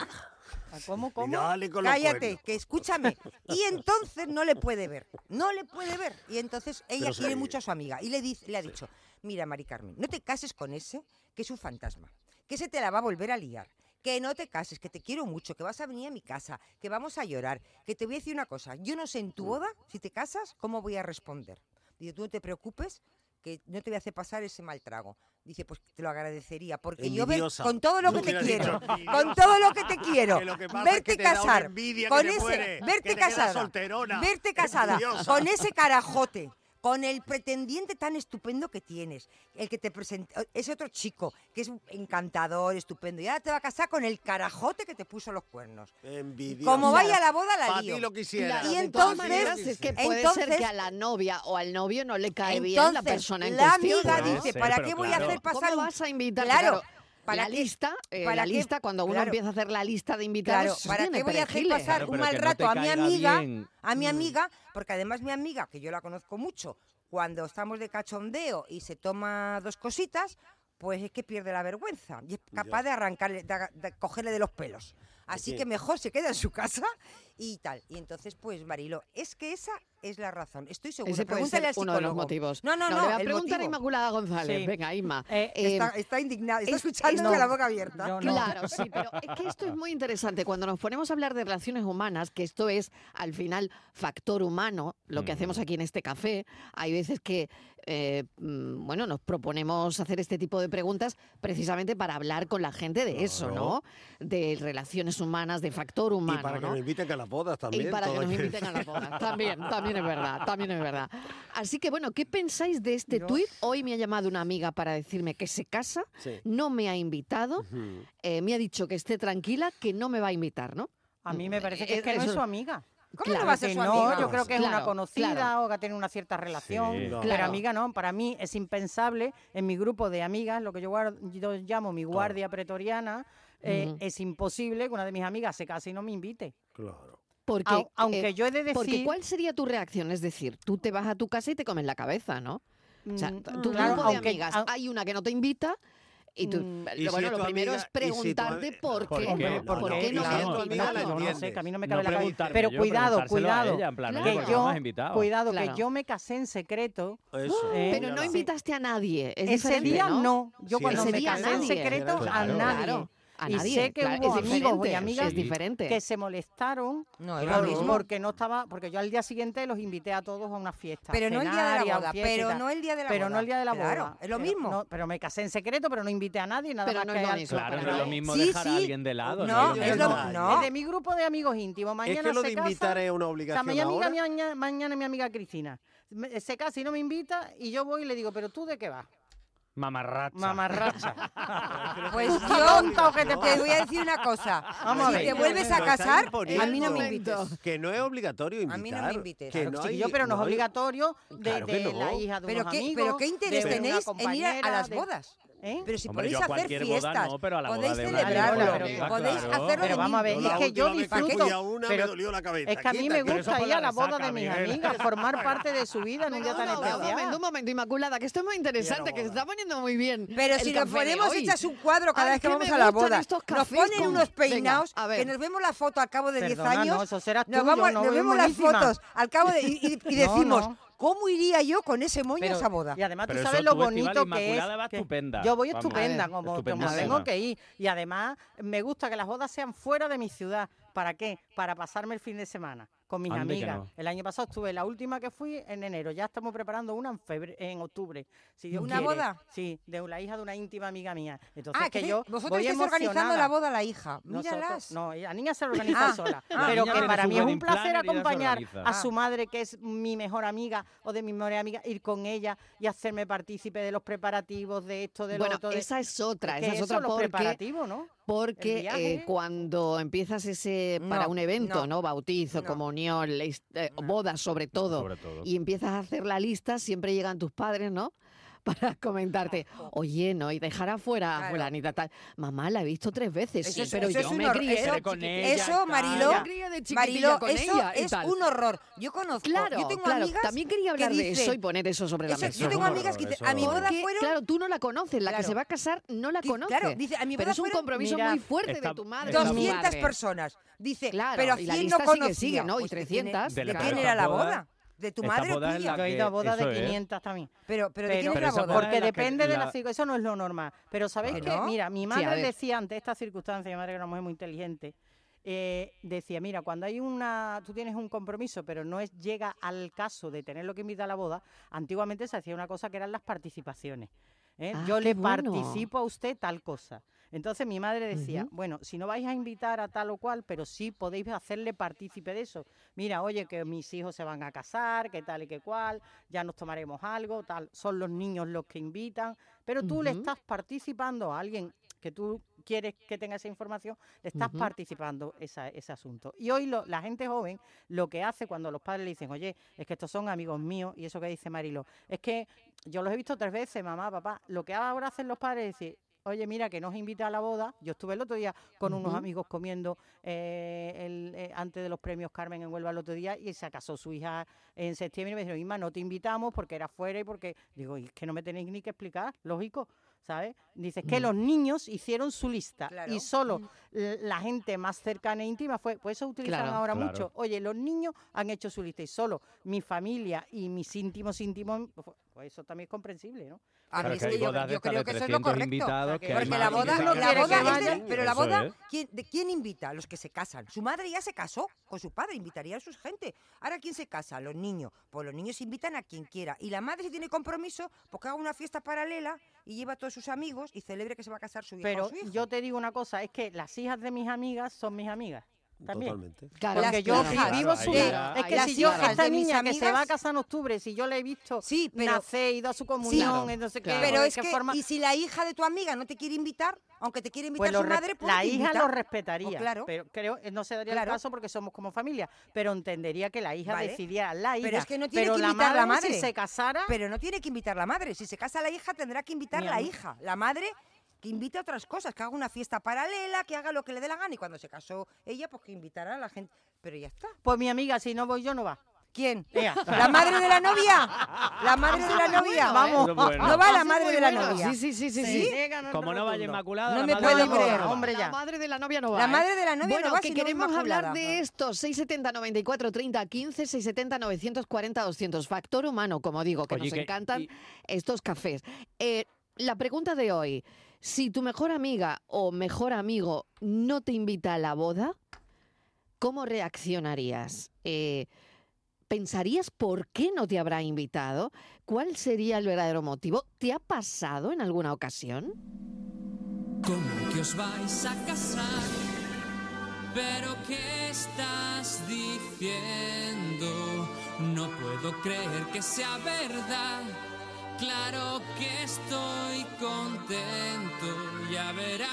Speaker 5: Ah, ¿Cómo,
Speaker 3: Y
Speaker 5: cómo?
Speaker 3: dale con los
Speaker 4: Cállate,
Speaker 3: cuernos.
Speaker 4: que escúchame. Y entonces no le puede ver. No le puede ver. Y entonces ella
Speaker 3: Pero
Speaker 4: quiere
Speaker 3: sí.
Speaker 4: mucho a su amiga. Y le, dice, le ha dicho, mira, Mari Carmen, no te cases con ese, que es un fantasma. Que se te la va a volver a liar. Que no te cases, que te quiero mucho, que vas a venir a mi casa, que vamos a llorar. Que te voy a decir una cosa. Yo no sé en
Speaker 3: Mm.
Speaker 4: tu boda, si te casas, cómo voy a responder. Dice, tú no te preocupes, que no te voy a hacer pasar ese mal trago. Dice, pues te lo agradecería, porque yo ven
Speaker 3: Envidiosa.
Speaker 4: con todo lo
Speaker 3: Yo
Speaker 4: que te
Speaker 3: hubiera
Speaker 4: quiero,
Speaker 3: dicho envidiosa.
Speaker 4: con todo lo que te quiero,
Speaker 3: Que lo que pasa es
Speaker 4: verte
Speaker 3: que te da una
Speaker 4: casar,
Speaker 3: envidia que
Speaker 4: con
Speaker 3: te
Speaker 4: ese,
Speaker 3: muere, que
Speaker 4: verte
Speaker 3: te quedas
Speaker 4: casada,
Speaker 3: solterona,
Speaker 4: verte casada,
Speaker 3: envidiosa.
Speaker 4: con ese carajote, con el pretendiente tan estupendo que tienes, el que te presenta, ese otro chico que es un encantador, estupendo, y ahora te va a casar con el carajote que te puso los cuernos.
Speaker 3: Envidiosa.
Speaker 4: Como vaya a la boda la
Speaker 3: Pa'
Speaker 4: lío.
Speaker 3: ti lo quisiera.
Speaker 1: Claro,
Speaker 4: Y
Speaker 1: de todas
Speaker 4: entonces-
Speaker 1: maneras, es que puede ser
Speaker 4: entonces-
Speaker 1: que a la novia o al novio no le cae bien la
Speaker 4: Entonces,
Speaker 1: persona en
Speaker 4: la
Speaker 1: cuestión. ¿eh?
Speaker 4: amiga
Speaker 1: ¿no?
Speaker 2: Bueno,
Speaker 4: dice,
Speaker 2: sí,
Speaker 4: ¿para
Speaker 2: pero
Speaker 4: qué voy
Speaker 2: claro.
Speaker 4: a hacer pasar
Speaker 1: ¿Cómo
Speaker 4: un
Speaker 1: vas a invitar?
Speaker 4: Claro,
Speaker 1: para
Speaker 4: ¿para
Speaker 1: la
Speaker 4: qué-
Speaker 1: lista, eh,
Speaker 4: para
Speaker 1: la
Speaker 4: qué-
Speaker 1: lista, cuando uno
Speaker 4: claro.
Speaker 1: empieza a hacer la lista de invitados,
Speaker 4: Claro, ¿para
Speaker 1: tiene
Speaker 4: qué voy a hacer
Speaker 1: perejiles.
Speaker 4: pasar
Speaker 2: Claro,
Speaker 4: un
Speaker 2: pero
Speaker 4: mal
Speaker 2: que no
Speaker 4: rato
Speaker 2: te
Speaker 4: a mi
Speaker 2: caiga
Speaker 4: amiga?
Speaker 2: bien.
Speaker 4: A
Speaker 1: Mm.
Speaker 4: mi amiga, porque además mi amiga, que yo la conozco mucho, cuando estamos de cachondeo y se toma dos cositas, pues es que pierde la vergüenza y es capaz de arrancarle, de, aga- de cogerle de los pelos. Así
Speaker 3: Sí.
Speaker 4: que mejor se queda en su casa y tal. Y entonces, pues, Marilo, es que esa es la razón. Estoy segura.
Speaker 1: Ese puede
Speaker 4: Pregúntale
Speaker 1: ser
Speaker 4: al
Speaker 1: uno de los
Speaker 4: psicólogo.
Speaker 1: motivos.
Speaker 4: No, no, no.
Speaker 1: Le voy a
Speaker 4: el
Speaker 1: preguntar a
Speaker 4: motivo.
Speaker 1: Inmaculada González.
Speaker 5: Sí.
Speaker 1: Venga, Isma.
Speaker 5: Eh,
Speaker 1: Eh,
Speaker 4: Está, está indignada, está
Speaker 1: es-
Speaker 4: escuchando con
Speaker 1: esto-
Speaker 4: la boca abierta.
Speaker 5: Yo no.
Speaker 1: Claro, sí, pero es que esto es muy interesante. Cuando nos ponemos a hablar de relaciones humanas, que esto es al final factor humano, lo que
Speaker 2: Mm.
Speaker 1: hacemos aquí en este café, hay veces que eh, mm, bueno, nos proponemos hacer este tipo de preguntas precisamente para hablar con la gente de eso, ¿no?
Speaker 3: Claro.
Speaker 1: De relaciones humanas, de factor humano.
Speaker 3: Y para que
Speaker 1: ¿no?
Speaker 3: nos inviten a las bodas también.
Speaker 1: Y para que
Speaker 3: todo
Speaker 1: nos
Speaker 3: aquel-
Speaker 1: inviten a la boda. También, también es verdad, también es verdad. Así que bueno, ¿qué pensáis de este
Speaker 5: Yo-
Speaker 1: tuit? Hoy me ha llamado una amiga para decirme que se casa,
Speaker 3: Sí.
Speaker 1: no me ha invitado,
Speaker 3: Ujú.
Speaker 1: eh, me ha dicho que esté tranquila, que no me va a invitar, ¿no?
Speaker 5: A mí me parece que,
Speaker 1: Eh,
Speaker 5: es que no es
Speaker 1: eso-
Speaker 5: su amiga.
Speaker 4: ¿Cómo
Speaker 1: Claro
Speaker 4: no va a
Speaker 1: que
Speaker 4: ser
Speaker 5: Que
Speaker 4: su
Speaker 5: no,
Speaker 4: amiga?
Speaker 5: yo creo que es una
Speaker 1: Claro,
Speaker 5: conocida
Speaker 1: claro.
Speaker 5: o que ha tenido una cierta relación.
Speaker 2: Sí.
Speaker 1: Claro.
Speaker 5: Pero amiga no, para mí es impensable. En mi grupo de amigas, lo que yo, guar- yo llamo mi guardia pretoriana, eh,
Speaker 1: Ujú.
Speaker 5: es imposible que una de mis amigas se case y no me invite.
Speaker 3: Claro.
Speaker 1: Porque,
Speaker 5: Au- aunque
Speaker 1: eh,
Speaker 5: yo he de decir...
Speaker 1: porque ¿cuál sería tu reacción? Es decir, tú te vas a tu casa y te comes la cabeza, ¿no? O sea,
Speaker 5: Mm,
Speaker 1: t- tu
Speaker 5: claro,
Speaker 1: grupo de
Speaker 5: aunque-
Speaker 1: amigas,
Speaker 5: au- Mm,
Speaker 1: hay una que no te invita Y tú,
Speaker 3: ¿Y
Speaker 1: lo,
Speaker 3: si
Speaker 1: bueno,
Speaker 3: es
Speaker 1: lo
Speaker 3: tu
Speaker 1: primero
Speaker 3: amiga-
Speaker 1: es
Speaker 3: y si tu ami-
Speaker 1: preguntarte por
Speaker 2: ¿Por
Speaker 1: qué,
Speaker 2: qué?
Speaker 1: no-
Speaker 2: ¿Por
Speaker 1: por qué
Speaker 3: qué?
Speaker 1: no me
Speaker 3: Claro,
Speaker 1: has
Speaker 3: tu amiga la
Speaker 1: invitado.
Speaker 5: no, no
Speaker 3: entiende.
Speaker 5: sé, que a mí no me
Speaker 2: No
Speaker 5: cabe la cabeza.
Speaker 2: preguntármelo
Speaker 5: Pero
Speaker 2: yo,
Speaker 5: cuidado,
Speaker 2: preguntárselo a
Speaker 5: cuidado.
Speaker 2: ella, en plan,
Speaker 1: Claro.
Speaker 2: oye,
Speaker 5: Que
Speaker 2: ¿por qué no me has invitado?
Speaker 5: yo, cuidado,
Speaker 1: Claro.
Speaker 5: que yo me casé en secreto.
Speaker 3: Eso.
Speaker 5: Eh,
Speaker 1: Pero no
Speaker 5: Sí.
Speaker 1: invitaste a nadie. es
Speaker 5: Ese
Speaker 1: diferente,
Speaker 5: día no. Yo
Speaker 3: Sí,
Speaker 5: cuando
Speaker 1: ese
Speaker 5: me
Speaker 1: día
Speaker 5: casé en
Speaker 1: nadie.
Speaker 5: secreto a
Speaker 2: Claro.
Speaker 5: nadie.
Speaker 1: Claro, a
Speaker 5: Y
Speaker 1: nadie.
Speaker 5: sé que
Speaker 1: Claro,
Speaker 5: hubo
Speaker 1: es
Speaker 5: amigos y
Speaker 1: diferente,
Speaker 5: amigas
Speaker 1: Es diferente.
Speaker 5: que se molestaron
Speaker 4: No, es
Speaker 3: Claro.
Speaker 4: lo mismo.
Speaker 5: porque no estaba, porque yo al día siguiente los invité a todos a una fiesta. a
Speaker 4: Pero no el día de
Speaker 5: cenar y
Speaker 4: la
Speaker 5: a
Speaker 4: boda.
Speaker 5: fiesta y
Speaker 4: Pero
Speaker 5: tal.
Speaker 4: no el día de la
Speaker 5: Pero
Speaker 4: boda.
Speaker 5: no el día de la boda.
Speaker 4: Claro, es lo
Speaker 5: Pero
Speaker 4: mismo.
Speaker 5: no, pero me casé en secreto, pero no invité a nadie, nada
Speaker 1: Pero
Speaker 5: más
Speaker 1: no
Speaker 5: que
Speaker 1: es lo
Speaker 5: al-
Speaker 1: mismo
Speaker 2: Claro,
Speaker 1: para
Speaker 2: no es lo
Speaker 1: nada.
Speaker 2: mismo
Speaker 4: Sí,
Speaker 2: dejar a
Speaker 4: sí.
Speaker 2: alguien de lado.
Speaker 4: No,
Speaker 2: lo
Speaker 4: es
Speaker 2: mismo.
Speaker 4: lo
Speaker 3: Detalle.
Speaker 4: no.
Speaker 5: Es Eh, de mi grupo de amigos íntimos. Mañana
Speaker 3: es que lo
Speaker 5: se
Speaker 3: de
Speaker 5: casa,
Speaker 3: invitar es una
Speaker 5: o sea,
Speaker 3: obligación
Speaker 5: mañana,
Speaker 3: ahora.
Speaker 5: amiga, mañana, mañana mi amiga Cristina. Me- Se casa y no me invita y yo voy y le digo, pero tú de qué vas?
Speaker 2: Mamarracha.
Speaker 5: Mamarracha.
Speaker 4: Pues
Speaker 5: Justo
Speaker 4: yo
Speaker 5: tonto que te
Speaker 4: te voy a decir una cosa.
Speaker 5: Vamos a
Speaker 4: si
Speaker 5: ver.
Speaker 4: te vuelves a
Speaker 3: Lo estás
Speaker 4: casar,
Speaker 3: imponiendo.
Speaker 4: a mí no me
Speaker 1: Momento.
Speaker 4: invites.
Speaker 3: Que no es obligatorio
Speaker 4: A
Speaker 3: invitar.
Speaker 4: mí no me invites.
Speaker 3: Que
Speaker 5: Claro,
Speaker 3: no
Speaker 5: chiquillo,
Speaker 3: hay-
Speaker 5: pero no es
Speaker 3: hay-
Speaker 5: obligatorio de,
Speaker 3: Claro que
Speaker 5: de la
Speaker 3: no.
Speaker 5: hija de
Speaker 4: Pero
Speaker 5: unos
Speaker 4: qué,
Speaker 5: amigos,
Speaker 4: pero qué interés
Speaker 5: de una
Speaker 4: tenéis en ir a- a,
Speaker 5: compañera,
Speaker 4: las
Speaker 5: de-
Speaker 4: bodas.
Speaker 5: ¿eh?
Speaker 4: Pero si
Speaker 2: Hombre, yo
Speaker 4: podéis
Speaker 2: a
Speaker 4: hacer
Speaker 2: cualquier boda
Speaker 4: fiestas,
Speaker 2: no, pero a la boda
Speaker 4: podéis
Speaker 2: de una
Speaker 4: celebrar,
Speaker 5: amiga, pero-
Speaker 4: pero podéis
Speaker 2: claro.
Speaker 4: hacerlo
Speaker 5: Pero
Speaker 4: en
Speaker 5: vamos a ver,
Speaker 3: Yo
Speaker 5: y es
Speaker 3: la
Speaker 4: familia.
Speaker 5: que yo
Speaker 3: última vez
Speaker 5: disfruto,
Speaker 3: fui a una
Speaker 5: pero
Speaker 3: me dolió la cabeza.
Speaker 5: Es que a mí me
Speaker 2: pero eso
Speaker 5: gusta
Speaker 3: pues
Speaker 2: por
Speaker 5: ir a
Speaker 2: la
Speaker 5: la boda
Speaker 2: resaca,
Speaker 5: de mis
Speaker 2: Miguel.
Speaker 5: amigas, formar parte de su vida en un día
Speaker 1: Venga,
Speaker 5: tan
Speaker 1: un, momento, un momento,
Speaker 5: especial.
Speaker 1: un momento, Inmaculada, que esto es muy interesante,
Speaker 3: Quiero
Speaker 1: que se
Speaker 3: boda.
Speaker 1: está poniendo muy bien.
Speaker 4: Pero
Speaker 1: el
Speaker 4: si nos
Speaker 1: café de
Speaker 4: ponemos
Speaker 1: hoy.
Speaker 4: hechas un cuadro cada
Speaker 1: Ay,
Speaker 4: vez que
Speaker 1: qué
Speaker 4: vamos
Speaker 1: me
Speaker 4: a la
Speaker 1: gustan
Speaker 4: boda,
Speaker 1: estos
Speaker 4: nos
Speaker 1: cafés
Speaker 4: ponen
Speaker 1: con-
Speaker 4: unos
Speaker 1: Venga,
Speaker 4: peinados,
Speaker 1: a ver.
Speaker 4: que nos vemos la foto al cabo de 10
Speaker 5: Perdona,
Speaker 4: años,
Speaker 5: no, eso serás
Speaker 4: nos,
Speaker 5: tú,
Speaker 4: vamos-
Speaker 5: yo no,
Speaker 4: nos
Speaker 5: es
Speaker 4: vemos las
Speaker 5: buenísima.
Speaker 4: fotos al cabo de, y, y- y
Speaker 5: No,
Speaker 4: decimos,
Speaker 5: no.
Speaker 4: ¿cómo iría yo con ese moño a esa boda?
Speaker 5: Y además
Speaker 2: Pero
Speaker 5: tú
Speaker 2: eso
Speaker 5: sabes lo
Speaker 2: tú, Estivali,
Speaker 5: bonito que es.
Speaker 2: Inmaculada va
Speaker 5: que-
Speaker 2: estupenda.
Speaker 5: Yo voy
Speaker 2: Vamos. eh,
Speaker 5: estupenda,
Speaker 1: A ver,
Speaker 5: como, como
Speaker 2: estupendísima.
Speaker 5: tengo que ir. Y además me gusta que las bodas sean fuera de mi ciudad. ¿Para qué? Para pasarme el fin de semana con mis
Speaker 2: Ande que
Speaker 5: amigas.
Speaker 2: no.
Speaker 5: El año pasado estuve, la última que fui en enero. Ya estamos preparando una en, febre- en octubre. Si Dios
Speaker 4: ¿Una
Speaker 5: quiere.
Speaker 4: boda?
Speaker 5: Sí, de la hija de una íntima amiga mía. Entonces
Speaker 4: Ah,
Speaker 5: que
Speaker 4: que
Speaker 5: yo
Speaker 4: vosotros
Speaker 5: voy
Speaker 4: estáis organizando
Speaker 5: emocionada.
Speaker 4: la boda a la hija.
Speaker 5: Nosotros-
Speaker 4: Míralas.
Speaker 5: no, la niña se lo organiza
Speaker 4: Ah.
Speaker 5: sola.
Speaker 2: La
Speaker 5: pero
Speaker 2: niña
Speaker 5: que
Speaker 2: tiene
Speaker 5: para
Speaker 2: su
Speaker 5: mí es un
Speaker 2: wedding
Speaker 5: placer
Speaker 2: planner y ella se
Speaker 5: acompañar
Speaker 2: organiza.
Speaker 5: a su madre, que es mi mejor amiga o de mi mejor amiga, ir con ella y hacerme partícipe de los preparativos, de esto, de lo
Speaker 1: Bueno,
Speaker 5: otro. de-
Speaker 1: esa es otra,
Speaker 5: que
Speaker 1: esa es
Speaker 5: eso,
Speaker 1: otra
Speaker 5: los
Speaker 1: porque
Speaker 5: preparativos, ¿no?
Speaker 1: Porque
Speaker 5: El viaje.
Speaker 1: eh, cuando empiezas ese para
Speaker 4: No,
Speaker 1: un evento,
Speaker 4: no,
Speaker 1: ¿no? Bautizo,
Speaker 4: no.
Speaker 1: comunión, la his- eh,
Speaker 4: No.
Speaker 1: boda sobre todo,
Speaker 2: Sobre todo.
Speaker 1: y empiezas a hacer la lista, siempre llegan tus padres, ¿no? Para comentarte, oye, no, y dejar afuera a
Speaker 4: Claro.
Speaker 1: fulanita tal. Mamá, la he visto tres veces,
Speaker 4: Eso
Speaker 1: sí,
Speaker 4: es-
Speaker 1: pero
Speaker 4: eso
Speaker 1: yo
Speaker 4: es un
Speaker 1: me
Speaker 4: hor-
Speaker 1: crié.
Speaker 4: eso-
Speaker 1: de
Speaker 2: con
Speaker 1: chiquitilla.
Speaker 2: ella
Speaker 4: eso,
Speaker 2: y tal.
Speaker 4: Mariló,
Speaker 1: Yo me crié de chiquitilla
Speaker 4: Mariló,
Speaker 1: con
Speaker 4: eso
Speaker 1: ella y
Speaker 4: es
Speaker 1: tal.
Speaker 4: un horror. Yo conozco,
Speaker 1: Claro,
Speaker 4: yo tengo
Speaker 1: claro.
Speaker 4: amigas
Speaker 1: También quería hablar
Speaker 4: que
Speaker 1: de eso y
Speaker 4: dicen-
Speaker 1: poner eso sobre la
Speaker 4: Eso-
Speaker 1: mesa.
Speaker 2: Eso
Speaker 4: yo
Speaker 2: es
Speaker 4: tengo
Speaker 2: un
Speaker 4: amigas
Speaker 2: horror,
Speaker 4: que
Speaker 2: eso
Speaker 4: dicen,
Speaker 2: es
Speaker 4: a mi
Speaker 2: un
Speaker 4: boda
Speaker 2: horror.
Speaker 1: Porque,
Speaker 4: fueron...
Speaker 1: claro, tú no la conoces, la que
Speaker 4: Claro.
Speaker 1: se va a casar no la
Speaker 4: Dice-
Speaker 1: conoces.
Speaker 4: claro, dice, a mi
Speaker 1: pero
Speaker 4: boda
Speaker 1: es un
Speaker 4: fueron
Speaker 1: compromiso
Speaker 5: mira,
Speaker 1: muy fuerte de
Speaker 2: esta-
Speaker 1: tu madre.
Speaker 2: esta
Speaker 1: de tu
Speaker 4: 200
Speaker 1: padre.
Speaker 4: personas. Dice,
Speaker 1: Claro,
Speaker 4: pero a
Speaker 1: y la
Speaker 4: 100
Speaker 1: lista
Speaker 4: no
Speaker 1: sigue,
Speaker 4: conocía.
Speaker 1: sigue, ¿no? Y
Speaker 4: Pues, ¿de
Speaker 1: 300.
Speaker 4: quién- ¿De
Speaker 2: Claro.
Speaker 4: quién era la
Speaker 2: Estas bodas-
Speaker 4: boda? ¿De tu
Speaker 2: estas
Speaker 4: madre o
Speaker 2: bodas en
Speaker 4: tuya?
Speaker 2: las
Speaker 5: Yo he ido a
Speaker 2: que-
Speaker 5: bodas de
Speaker 2: eso es.
Speaker 5: 500 también.
Speaker 4: Pero, pero, ¿de quién
Speaker 5: Pero-
Speaker 4: era la
Speaker 2: esa
Speaker 4: boda?
Speaker 2: boda-
Speaker 5: Porque
Speaker 2: la que-
Speaker 5: depende de
Speaker 2: la-
Speaker 5: la circunstancia. Eso no es lo normal. Pero sabéis
Speaker 4: Claro.
Speaker 5: que,
Speaker 4: ¿No?
Speaker 5: mira, mi
Speaker 1: Sí,
Speaker 5: madre
Speaker 1: a ver.
Speaker 5: decía ante esta circunstancia, mi madre que era una mujer muy inteligente, eh, decía, mira, cuando hay una, tú tienes un compromiso, pero no es llega al caso de tenerlo que invitar a la boda, antiguamente se hacía una cosa que eran las participaciones. ¿eh?
Speaker 1: Ah,
Speaker 5: Yo
Speaker 1: qué
Speaker 5: le
Speaker 1: bueno.
Speaker 5: participo a usted tal cosa. Entonces mi madre decía,
Speaker 1: Ujú.
Speaker 5: bueno, si no vais a invitar a tal o cual, pero sí podéis hacerle partícipe de eso. Mira, oye, que mis hijos se van a casar, que tal y que cual, ya nos tomaremos algo, tal. Son los niños los que invitan, pero tú le
Speaker 1: Ujú.
Speaker 5: estás participando a alguien que tú quieres que tenga esa información, le estás
Speaker 1: Ujú.
Speaker 5: participando esa, ese asunto. Y hoy lo- la gente joven lo que hace cuando los padres le dicen, oye, es que estos son amigos míos, y eso que dice Marilo, es que yo los he visto tres veces, mamá, papá. Lo que ahora hacen los padres es decir, oye, mira, que nos invita a la boda. Yo estuve el otro día con unos
Speaker 1: Ujú.
Speaker 5: amigos comiendo eh, el, eh, antes de los premios Carmen en Huelva el otro día y se casó su hija en septiembre y me dijeron, Inma, no te invitamos porque era fuera y porque... Digo, "Y es que no me tenéis ni que explicar, lógico. ¿Sabes? Dices que
Speaker 1: Mm.
Speaker 5: los niños hicieron su lista
Speaker 4: Claro.
Speaker 5: y solo l- la gente más cercana e íntima fue, pues eso utilizan
Speaker 1: Claro.
Speaker 5: ahora
Speaker 2: Claro.
Speaker 5: mucho. Oye, los niños han hecho su lista y solo mi familia y mis íntimos íntimos, pues eso también es comprensible, ¿no?
Speaker 4: A mí
Speaker 2: Claro,
Speaker 4: es
Speaker 2: que hay
Speaker 4: que yo,
Speaker 2: bodas de
Speaker 4: yo
Speaker 2: estas
Speaker 4: creo
Speaker 2: de
Speaker 4: que eso es lo
Speaker 2: 300
Speaker 4: correcto.
Speaker 2: invitados, que hay
Speaker 4: Porque
Speaker 2: más
Speaker 4: la
Speaker 2: que
Speaker 4: boda,
Speaker 2: se
Speaker 5: no
Speaker 4: la
Speaker 5: quiere
Speaker 4: boda
Speaker 5: que
Speaker 4: es de-
Speaker 5: vayan.
Speaker 4: pero la
Speaker 2: Eso
Speaker 4: boda,
Speaker 2: es.
Speaker 4: ¿quién, de- quién invita? Los que se casan. Su madre ya se casó con su padre, invitaría a su gente. Ahora, ¿quién se casa? Los niños. Pues los niños invitan a quien quiera. Y la madre, si tiene compromiso, pues que haga una fiesta paralela y lleva a todos sus amigos y celebre que se va a casar su hija o
Speaker 5: Pero
Speaker 4: su hijo.
Speaker 5: yo te digo una cosa, es que las hijas de mis amigas son mis amigas. También.
Speaker 3: Totalmente.
Speaker 1: Claro,
Speaker 5: Porque
Speaker 4: Las
Speaker 5: yo
Speaker 1: claro,
Speaker 5: vi-
Speaker 1: claro,
Speaker 5: vivo
Speaker 1: ahí
Speaker 5: su
Speaker 1: ya-
Speaker 5: vida. Es
Speaker 1: ahí
Speaker 5: que
Speaker 1: ya
Speaker 4: las
Speaker 5: si yo,
Speaker 1: claro.
Speaker 4: hijas
Speaker 5: esta
Speaker 4: de mis
Speaker 5: niña que se va a
Speaker 4: amigas-
Speaker 5: casar en octubre, si yo la he visto
Speaker 4: Sí, pero-
Speaker 5: nacer, ido a su comunión,
Speaker 1: Claro,
Speaker 5: en no sé qué,
Speaker 1: claro.
Speaker 5: o
Speaker 4: Pero
Speaker 5: de
Speaker 4: es
Speaker 5: qué
Speaker 4: que,
Speaker 5: forma,
Speaker 4: y si la hija de tu amiga no te quiere invitar, aunque te quiere invitar
Speaker 5: pues lo
Speaker 4: su
Speaker 5: re-
Speaker 4: madre, pues
Speaker 5: la
Speaker 4: te
Speaker 5: hija
Speaker 4: invita.
Speaker 5: lo respetaría.
Speaker 4: Pues claro.
Speaker 5: Pero creo, eh, no se daría
Speaker 4: Claro.
Speaker 5: el caso porque somos como familia, pero entendería que la hija
Speaker 4: Vale.
Speaker 5: decidiera la hija.
Speaker 4: Pero es que no tiene
Speaker 5: Pero
Speaker 4: que
Speaker 5: la
Speaker 4: invitar la
Speaker 5: Si
Speaker 4: madre.
Speaker 5: se casara,
Speaker 4: Pero no tiene que invitar la madre. Si se casa la hija, tendrá que invitar
Speaker 5: Mi
Speaker 4: la
Speaker 5: amor.
Speaker 4: hija. La madre que invite a otras cosas, que haga una fiesta paralela, que haga lo que le dé la gana. Y cuando se casó ella, pues que invitará a la gente. Pero ya está.
Speaker 5: pues mi amiga, si no voy yo, no va.
Speaker 4: ¿Quién?
Speaker 5: Ea.
Speaker 4: ¿La madre de la novia? ¿La madre de la
Speaker 1: muy
Speaker 4: novia?
Speaker 1: bueno,
Speaker 5: Vamos.
Speaker 2: Eso es bueno.
Speaker 4: No va la
Speaker 1: Eso
Speaker 4: madre
Speaker 1: muy
Speaker 4: de la
Speaker 1: bueno.
Speaker 4: novia.
Speaker 1: Sí, sí, sí, sí.
Speaker 5: Sí,
Speaker 1: sí.
Speaker 5: llega, no
Speaker 2: Como no vaya
Speaker 5: rotundo.
Speaker 2: inmaculada,
Speaker 4: No
Speaker 2: la
Speaker 4: me
Speaker 2: madre
Speaker 5: puedo
Speaker 2: de la
Speaker 5: creer,
Speaker 2: novia.
Speaker 5: hombre. ya.
Speaker 1: La madre de la novia no va.
Speaker 4: La
Speaker 1: ¿eh?
Speaker 4: madre de la novia
Speaker 1: bueno,
Speaker 4: no va
Speaker 1: que
Speaker 4: si no es
Speaker 1: queremos
Speaker 4: inmaculada.
Speaker 1: hablar de esto. 670 94 30 15, 670 940 200. Factor humano, como digo, que
Speaker 2: Oye,
Speaker 1: nos
Speaker 2: que-
Speaker 1: encantan
Speaker 2: y-
Speaker 1: estos cafés. Eh, la pregunta de hoy, si tu mejor amiga o mejor amigo no te invita a la boda, ¿cómo reaccionarías? Eh, ¿Pensarías por qué no te habrá invitado? ¿Cuál sería el verdadero motivo? ¿Te ha pasado en alguna ocasión?
Speaker 6: ¿Cómo que os vais a casar? ¿Pero qué estás diciendo? No puedo creer que sea verdad. Claro que estoy contento, ya verás.